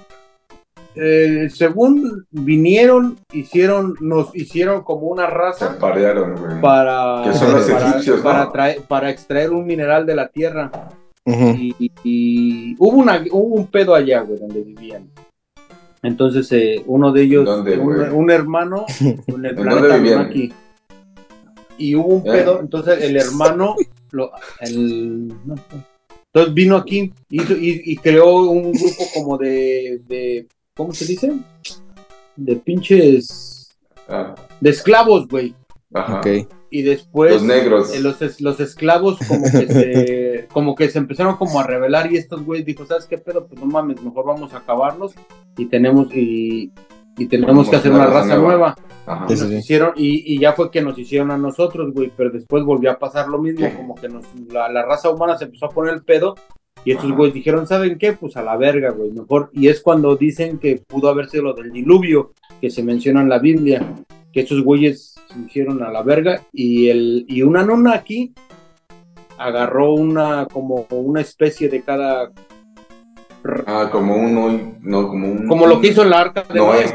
[SPEAKER 1] eh, según vinieron, hicieron, nos hicieron como una
[SPEAKER 2] Se
[SPEAKER 1] raza
[SPEAKER 2] aparearon, güey.
[SPEAKER 1] para,
[SPEAKER 2] Que son
[SPEAKER 4] los
[SPEAKER 1] para,
[SPEAKER 2] egipcios, ¿no?
[SPEAKER 1] para, traer- para extraer un mineral de la Tierra.
[SPEAKER 4] Ujú.
[SPEAKER 1] Y, y hubo, una, hubo un pedo allá, güey, donde vivían. Entonces, eh, uno de ellos,
[SPEAKER 2] ¿Dónde,
[SPEAKER 1] un,
[SPEAKER 2] güey?
[SPEAKER 1] un hermano, en el
[SPEAKER 2] ¿En
[SPEAKER 1] planeta
[SPEAKER 2] dónde vivían?
[SPEAKER 1] Anunnaki. Y hubo un
[SPEAKER 2] ¿Eh?
[SPEAKER 1] pedo, entonces el hermano, lo, el- no, entonces vino aquí hizo- y, y creó un grupo como de, de, ¿cómo se dice? De pinches,
[SPEAKER 2] Ah,
[SPEAKER 1] de esclavos, güey.
[SPEAKER 2] ajá.
[SPEAKER 4] Ok.
[SPEAKER 1] Y después...
[SPEAKER 2] Los negros.
[SPEAKER 1] eh, Los, es- los esclavos como que, se, como que se empezaron como a rebelar y estos güeyes dijo, ¿sabes qué pedo? Pues no mames, mejor vamos a acabarlos y tenemos y,
[SPEAKER 7] y tenemos que hacer una raza nueva.
[SPEAKER 2] Ajá.
[SPEAKER 4] Sí, sí,
[SPEAKER 7] Nos
[SPEAKER 4] sí.
[SPEAKER 7] hicieron, y, y ya fue que nos hicieron a nosotros, güey, pero después volvió a pasar lo mismo,
[SPEAKER 2] Sí.
[SPEAKER 7] como que nos, la, la raza humana se empezó a poner el pedo, y estos
[SPEAKER 2] Ajá.
[SPEAKER 7] güeyes dijeron, ¿saben qué? Pues a la verga, güey, mejor. Y es cuando dicen que pudo haber sido lo del diluvio, que se menciona en la Biblia, que estos güeyes se hicieron a la verga, y, el, y una nona aquí agarró una, como una especie de cada,
[SPEAKER 2] Ah, como un hoy, no, como un...
[SPEAKER 7] como lo que hizo la arca de
[SPEAKER 2] No
[SPEAKER 7] Noé.
[SPEAKER 2] es,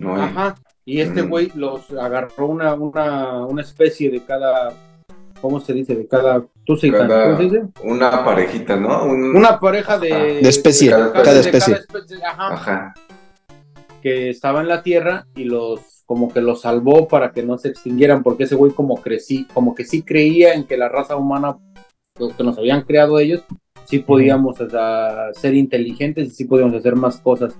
[SPEAKER 2] no es.
[SPEAKER 7] Ajá. Y este
[SPEAKER 2] Mm.
[SPEAKER 7] güey los agarró una, una, una especie de cada. ¿Cómo se dice? De cada. ¿Tú sí,
[SPEAKER 2] Cada-
[SPEAKER 7] Tan, ¿cómo se dice?
[SPEAKER 2] Una parejita, ¿no? Un-
[SPEAKER 7] Una pareja de.
[SPEAKER 2] Ajá. De
[SPEAKER 4] especie,
[SPEAKER 2] cada- cada
[SPEAKER 7] de
[SPEAKER 4] especie.
[SPEAKER 7] especie, Ajá,
[SPEAKER 2] Ajá.
[SPEAKER 7] Que estaba en la tierra y los. Como que los salvó para que no se extinguieran, porque ese güey como crecí, como que sí creía en que la raza humana, los que nos habían creado ellos, sí podíamos o sea, ser inteligentes y sí podíamos hacer más cosas.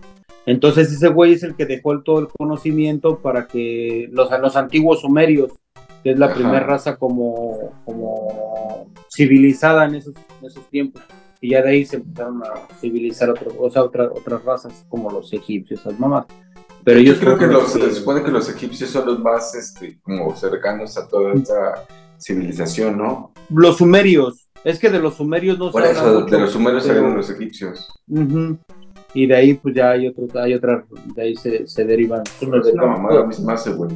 [SPEAKER 7] Entonces ese güey es el que dejó el- todo el conocimiento para que los, a los antiguos sumerios, que es la
[SPEAKER 2] Ajá.
[SPEAKER 7] primera raza como, como civilizada en esos, en esos tiempos, y ya de ahí se empezaron a civilizar otro- o sea, otra- otras razas como los egipcios, esas mamás. Pero
[SPEAKER 2] Yo
[SPEAKER 7] ellos
[SPEAKER 2] creo que
[SPEAKER 7] fueron
[SPEAKER 2] los, se
[SPEAKER 7] que-
[SPEAKER 2] supone que los egipcios son los más, este, como cercanos a toda esta civilización, ¿no?
[SPEAKER 7] los sumerios, es que de los sumerios Pues no se
[SPEAKER 2] Por
[SPEAKER 7] habla
[SPEAKER 2] eso,
[SPEAKER 7] mucho,
[SPEAKER 2] de los sumerios
[SPEAKER 7] pero-
[SPEAKER 2] salieron los egipcios.
[SPEAKER 7] Ujú. Y de ahí, pues ya hay otro, hay otra, de ahí se, se derivan.
[SPEAKER 2] Es una mamada misma, se güey.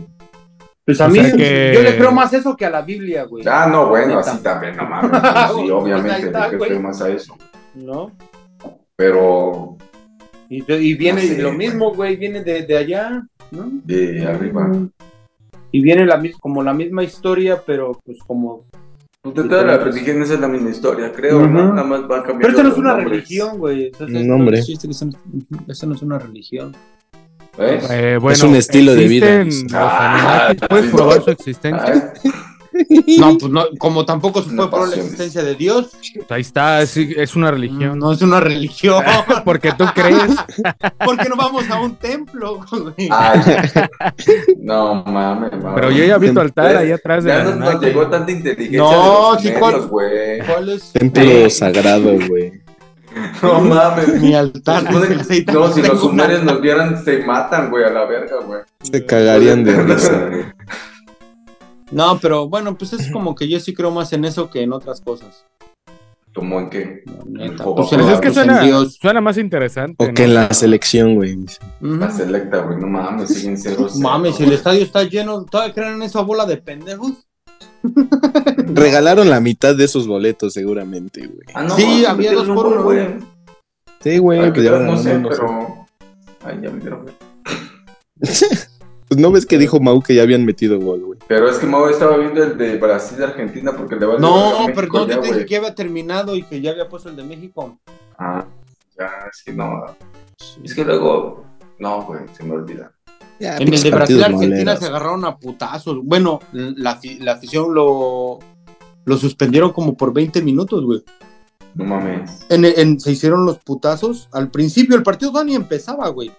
[SPEAKER 7] Pues a
[SPEAKER 3] O
[SPEAKER 7] mí,
[SPEAKER 3] sea que-
[SPEAKER 7] yo le creo más eso que a la Biblia, güey.
[SPEAKER 2] Ah, no, bueno,
[SPEAKER 7] Neta.
[SPEAKER 2] así también, no mames. pues Sí,
[SPEAKER 7] Pues ahí
[SPEAKER 2] obviamente,
[SPEAKER 7] está,
[SPEAKER 2] le
[SPEAKER 7] güey.
[SPEAKER 2] creo más a eso.
[SPEAKER 7] ¿No?
[SPEAKER 2] Pero
[SPEAKER 7] Y, y viene
[SPEAKER 2] No sé,
[SPEAKER 7] lo
[SPEAKER 2] Ah, güey.
[SPEAKER 7] mismo, güey, viene de, de allá, ¿no?
[SPEAKER 2] de arriba.
[SPEAKER 7] Y viene la mis- como la misma historia, pero pues como...
[SPEAKER 2] Pues de todas las religiones es la misma historia, creo, ¿no?
[SPEAKER 7] Ujú.
[SPEAKER 2] Nada más va cambiando.
[SPEAKER 7] Pero esto no es
[SPEAKER 2] los
[SPEAKER 7] una
[SPEAKER 2] nombres.
[SPEAKER 7] religión, güey. Esto es-
[SPEAKER 4] No, hombre.
[SPEAKER 7] esto es- Esto no es una religión.
[SPEAKER 2] ¿Ves?
[SPEAKER 3] Eh, bueno,
[SPEAKER 4] Es un estilo de vida.
[SPEAKER 3] ¿existen los
[SPEAKER 2] Ah,
[SPEAKER 3] Anunnaki? ¿Puedes
[SPEAKER 2] sí.
[SPEAKER 3] probar su existencia?
[SPEAKER 2] Ah,
[SPEAKER 1] No, pues no, como tampoco se
[SPEAKER 2] No
[SPEAKER 1] puede probar la
[SPEAKER 2] pasiones.
[SPEAKER 1] existencia de Dios,
[SPEAKER 3] Ahí está, es, es una religión.
[SPEAKER 1] no es una religión.
[SPEAKER 2] Mm.
[SPEAKER 3] Porque tú crees.
[SPEAKER 1] porque no vamos a un templo? güey?
[SPEAKER 2] Ah. ay, no mames, mames.
[SPEAKER 3] Pero yo ya vi tu altar ahí atrás de
[SPEAKER 2] Ya
[SPEAKER 3] la
[SPEAKER 2] nos, nos
[SPEAKER 3] Anunnaki.
[SPEAKER 2] llegó tanta inteligencia.
[SPEAKER 1] No,
[SPEAKER 2] de los
[SPEAKER 1] sí,
[SPEAKER 2] medios,
[SPEAKER 1] Juan.
[SPEAKER 2] güey.
[SPEAKER 1] ¿Cuál es
[SPEAKER 4] Templo
[SPEAKER 1] Güey,
[SPEAKER 4] sagrado, güey.
[SPEAKER 2] No mames.
[SPEAKER 1] mi
[SPEAKER 2] Se
[SPEAKER 1] altar?
[SPEAKER 2] supone-
[SPEAKER 1] dice aceite,
[SPEAKER 2] no, si
[SPEAKER 1] tengo
[SPEAKER 2] los
[SPEAKER 1] una-
[SPEAKER 2] sumerios nos vieran, se matan, güey, a la verga, güey.
[SPEAKER 4] Se cagarían de risa, güey.
[SPEAKER 1] No, pero bueno, pues es como que yo sí creo más en eso que en otras cosas.
[SPEAKER 2] ¿Cómo en qué?
[SPEAKER 1] la neta.
[SPEAKER 2] Pues
[SPEAKER 1] Pues en-
[SPEAKER 3] Pues es que
[SPEAKER 1] pues en
[SPEAKER 3] suena,
[SPEAKER 1] Dios.
[SPEAKER 3] suena más interesante.
[SPEAKER 4] O
[SPEAKER 3] ¿no?
[SPEAKER 4] que en la selección, güey.
[SPEAKER 1] Ujú.
[SPEAKER 2] La selecta, güey, no mames, siguen ceros.
[SPEAKER 1] Mames, el estadio está lleno. ¿Todavía creen en esa bola de pendejos?
[SPEAKER 4] Regalaron la mitad de esos boletos, seguramente, güey.
[SPEAKER 2] Ah, no,
[SPEAKER 1] Sí,
[SPEAKER 2] sí,
[SPEAKER 1] había dos
[SPEAKER 2] metieron
[SPEAKER 1] por
[SPEAKER 2] un gol,
[SPEAKER 1] uno.
[SPEAKER 2] güey.
[SPEAKER 4] Sí, güey,
[SPEAKER 2] Ah,
[SPEAKER 4] pues ya
[SPEAKER 2] no
[SPEAKER 4] van
[SPEAKER 2] sé,
[SPEAKER 4] ganando,
[SPEAKER 2] pero. Ay, ya me dieron.
[SPEAKER 4] Pues no ves que dijo Mau que ya habían metido gol, güey.
[SPEAKER 2] Pero es que Mau estaba viendo el de Brasil Argentina porque le va a
[SPEAKER 1] No,
[SPEAKER 2] México
[SPEAKER 1] perdón,
[SPEAKER 2] ya,
[SPEAKER 1] yo te
[SPEAKER 2] güey.
[SPEAKER 1] dije que había terminado y que ya había puesto el de México.
[SPEAKER 2] Ah, ya, es que no. Es que luego. No, güey, se me olvida.
[SPEAKER 4] Ya,
[SPEAKER 1] En el
[SPEAKER 4] pinches
[SPEAKER 1] de Brasil
[SPEAKER 4] partidos
[SPEAKER 1] Argentina
[SPEAKER 4] moleros.
[SPEAKER 1] se agarraron a putazos. Bueno, la, afi- la afición lo, lo suspendieron como por 20 minutos, güey.
[SPEAKER 2] No mames.
[SPEAKER 1] En, en- se hicieron los putazos. Al principio el partido todavía ni empezaba, güey.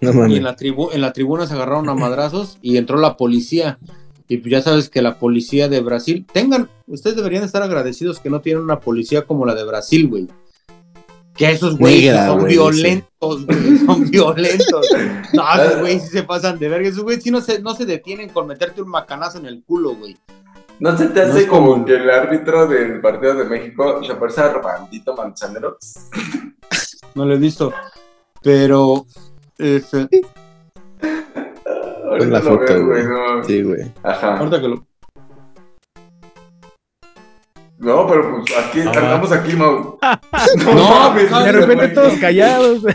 [SPEAKER 4] No
[SPEAKER 1] Y en
[SPEAKER 4] mames.
[SPEAKER 1] la, tribu en la tribuna se agarraron a madrazos y entró la policía. Y pues ya sabes que la policía de Brasil, tengan, ustedes deberían estar agradecidos que no tienen una policía como la de Brasil, güey. Que esos güeyes
[SPEAKER 4] Negra,
[SPEAKER 1] son
[SPEAKER 4] güey,
[SPEAKER 1] violentos, güey, son violentos. güey. No, esos
[SPEAKER 2] Ah.
[SPEAKER 1] güeyes sí se pasan de verga. Esos güeyes sí no se, no se detienen con meterte un macanazo en el culo, güey.
[SPEAKER 2] ¿No se te hace
[SPEAKER 1] No es
[SPEAKER 2] como
[SPEAKER 1] como-
[SPEAKER 2] que el árbitro del partido de México se parece a Bandito Manzanero?
[SPEAKER 1] No lo he visto. Pero, este,
[SPEAKER 2] Ahorita
[SPEAKER 4] la
[SPEAKER 2] lo
[SPEAKER 4] foto,
[SPEAKER 2] veo,
[SPEAKER 4] güey.
[SPEAKER 2] no.
[SPEAKER 4] Sí, güey.
[SPEAKER 2] Ajá.
[SPEAKER 1] ahorita que lo...
[SPEAKER 2] No, pero pues aquí,
[SPEAKER 4] Ah,
[SPEAKER 2] andamos aquí, Mau.
[SPEAKER 1] No,
[SPEAKER 2] mames,
[SPEAKER 1] no,
[SPEAKER 3] De
[SPEAKER 2] ese
[SPEAKER 3] repente
[SPEAKER 2] Ah, güey.
[SPEAKER 3] todos callados.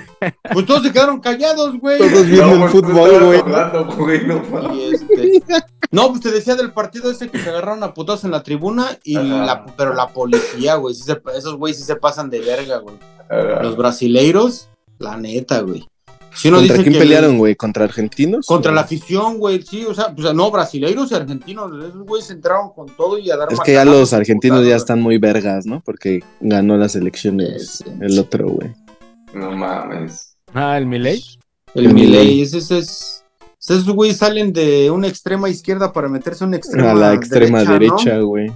[SPEAKER 1] Pues todos se quedaron callados, güey.
[SPEAKER 4] Todos
[SPEAKER 2] No,
[SPEAKER 4] viendo el
[SPEAKER 2] pues, tú
[SPEAKER 4] fútbol,
[SPEAKER 2] estabas
[SPEAKER 4] güey.
[SPEAKER 2] hablando, güey, no mames.
[SPEAKER 1] Y, este, No, pues te decía del partido ese que se agarraron a putos en la tribuna, y
[SPEAKER 2] Ajá.
[SPEAKER 1] la, pero la policía, güey. sí se- esos güeyes sí se pasan de verga, güey.
[SPEAKER 2] Ah,
[SPEAKER 1] Los brasileiros, la neta, güey. Si uno
[SPEAKER 4] ¿Contra
[SPEAKER 1] dice
[SPEAKER 4] quién
[SPEAKER 1] que-
[SPEAKER 4] pelearon, güey? ¿Contra argentinos?
[SPEAKER 1] Contra la afición, güey. Sí, o sea, pues, no, brasileiros y argentinos. Esos güeyes entraron con todo y a dar
[SPEAKER 4] Es que ya
[SPEAKER 1] macanazos,
[SPEAKER 4] los argentinos ya
[SPEAKER 1] putazos,
[SPEAKER 4] están muy vergas, ¿no? Porque ganó las elecciones el otro, güey.
[SPEAKER 2] No mames.
[SPEAKER 3] Ah, el Milei.
[SPEAKER 1] güey. El Milei, ese ese es. Esos güeyes salen de una extrema izquierda para meterse a una extrema
[SPEAKER 4] A la extrema
[SPEAKER 1] ¿no?
[SPEAKER 4] derecha, güey.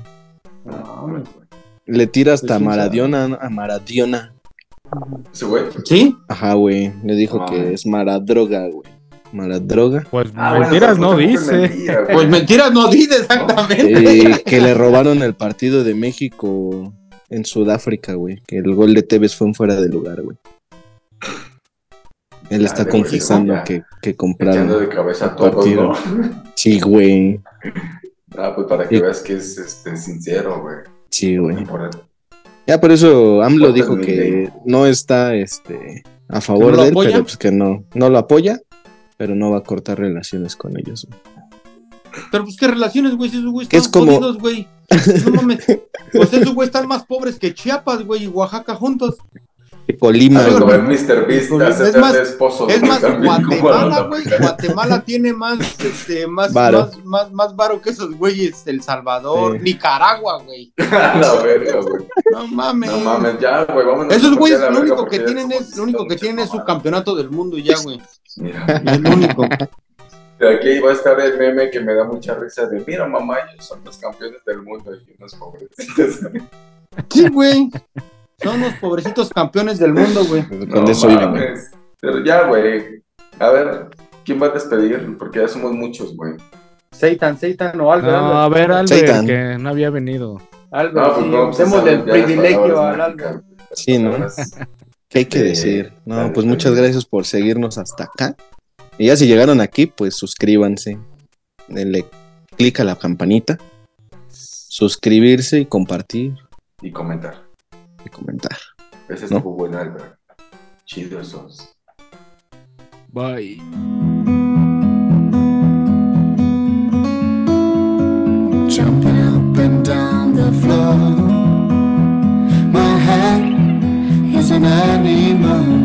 [SPEAKER 1] No, hombre.
[SPEAKER 4] Le tira hasta a
[SPEAKER 1] Pues, sí,
[SPEAKER 4] Maradiona, ¿no? a Maradiona.
[SPEAKER 2] Ese güey.
[SPEAKER 1] ¿Sí?
[SPEAKER 4] Ajá, güey. Le dijo
[SPEAKER 2] No
[SPEAKER 4] que
[SPEAKER 1] Ah.
[SPEAKER 2] mames.
[SPEAKER 4] es maradroga, güey. mala droga.
[SPEAKER 3] Pues
[SPEAKER 2] Ah, bueno,
[SPEAKER 3] mentiras
[SPEAKER 2] pero
[SPEAKER 3] no
[SPEAKER 2] tampoco es
[SPEAKER 3] dice.
[SPEAKER 2] mentira, güey.
[SPEAKER 1] Pues mentiras no dices exactamente.
[SPEAKER 4] Eh, que le robaron el partido de México en Sudáfrica, güey. Que el gol de Tevez fue en fuera de lugar, güey. Él está
[SPEAKER 2] Dale, güey,
[SPEAKER 4] confesando
[SPEAKER 2] ya.
[SPEAKER 4] que,
[SPEAKER 2] Ah,
[SPEAKER 4] que
[SPEAKER 2] Echando
[SPEAKER 4] compraron.
[SPEAKER 2] de cabeza a
[SPEAKER 4] el
[SPEAKER 2] todos,
[SPEAKER 4] partido.
[SPEAKER 2] ¿no?
[SPEAKER 4] Sí, güey.
[SPEAKER 2] Ah, pues para que
[SPEAKER 4] Y-
[SPEAKER 2] veas que es este, sincero, güey.
[SPEAKER 4] Sí, güey.
[SPEAKER 2] Por el-
[SPEAKER 4] Ya por eso AMLO
[SPEAKER 2] Voten
[SPEAKER 4] dijo
[SPEAKER 2] mi
[SPEAKER 4] que
[SPEAKER 2] ley.
[SPEAKER 4] no está este, a favor
[SPEAKER 1] ¿Que no lo
[SPEAKER 4] de él,
[SPEAKER 1] apoya?
[SPEAKER 4] pero pues que no, no lo apoya, pero no va a cortar relaciones con ellos. güey.
[SPEAKER 1] Pero pues qué relaciones, güey, si esos güey
[SPEAKER 4] Que
[SPEAKER 1] están
[SPEAKER 4] es como-
[SPEAKER 1] jodidos, güey. No mames. Pues esos güey están más pobres que Chiapas, güey, y Oaxaca juntos.
[SPEAKER 4] Colima,
[SPEAKER 2] Ah, como
[SPEAKER 4] güey.
[SPEAKER 2] el Mr. Beast,
[SPEAKER 1] Es
[SPEAKER 2] hacerse
[SPEAKER 1] más-
[SPEAKER 2] esposo.
[SPEAKER 1] Es
[SPEAKER 2] güey,
[SPEAKER 1] más,
[SPEAKER 2] también,
[SPEAKER 1] Guatemala,
[SPEAKER 2] ¿no?
[SPEAKER 1] güey, Guatemala tiene más, este, más,
[SPEAKER 4] Varo.
[SPEAKER 1] más, más, más varo que esos güeyes, El Salvador,
[SPEAKER 4] Sí.
[SPEAKER 1] Nicaragua, güey.
[SPEAKER 2] A la verga, güey.
[SPEAKER 1] No mames.
[SPEAKER 2] No mames, ya, güey, vámonos.
[SPEAKER 1] Esos
[SPEAKER 2] porque
[SPEAKER 1] güeyes
[SPEAKER 2] a la
[SPEAKER 1] lo
[SPEAKER 2] verga,
[SPEAKER 1] único que
[SPEAKER 2] porque
[SPEAKER 1] tienen
[SPEAKER 2] ya
[SPEAKER 1] es, lo único que
[SPEAKER 2] muchas
[SPEAKER 1] tienen es su
[SPEAKER 2] mamadas.
[SPEAKER 1] campeonato del mundo y ya, güey.
[SPEAKER 2] Mira,
[SPEAKER 1] Es lo único.
[SPEAKER 2] aquí va a estar el meme que me da mucha risa de, mira, mamá, ellos son los campeones del mundo y unos pobrecitos.
[SPEAKER 1] Sí, güey. Son los pobrecitos campeones del mundo, güey.
[SPEAKER 4] Con
[SPEAKER 2] No
[SPEAKER 4] eso iba, güey.
[SPEAKER 2] mames. Pero ya, güey. A ver, ¿quién va a despedir? Porque ya somos muchos, güey.
[SPEAKER 7] Seitan, Seitan o Albert.
[SPEAKER 3] No, a ver, Albert,
[SPEAKER 4] Seitan.
[SPEAKER 3] que no había venido.
[SPEAKER 7] Albert,
[SPEAKER 2] No, pues
[SPEAKER 7] sí,
[SPEAKER 2] no. pues,
[SPEAKER 7] démosle el
[SPEAKER 2] ya las
[SPEAKER 7] privilegio
[SPEAKER 2] palabras
[SPEAKER 7] al Albert.
[SPEAKER 2] mágicas, güey. Las
[SPEAKER 4] Sí, ¿no?
[SPEAKER 2] palabras-
[SPEAKER 4] ¿Qué hay que
[SPEAKER 2] Sí,
[SPEAKER 4] decir? No,
[SPEAKER 2] Este, claro,
[SPEAKER 4] pues
[SPEAKER 2] está
[SPEAKER 4] muchas
[SPEAKER 2] bien.
[SPEAKER 4] gracias por seguirnos hasta acá. Y ya si llegaron aquí, pues suscríbanse. Denle clic a la campanita. Suscribirse y compartir
[SPEAKER 2] Y comentar.
[SPEAKER 4] y comentar.
[SPEAKER 2] Ese
[SPEAKER 4] ¿No?
[SPEAKER 2] estuvo bueno, Albert. Chido esos.
[SPEAKER 3] Bye.
[SPEAKER 8] jumping up and down the floor. My head is an animal.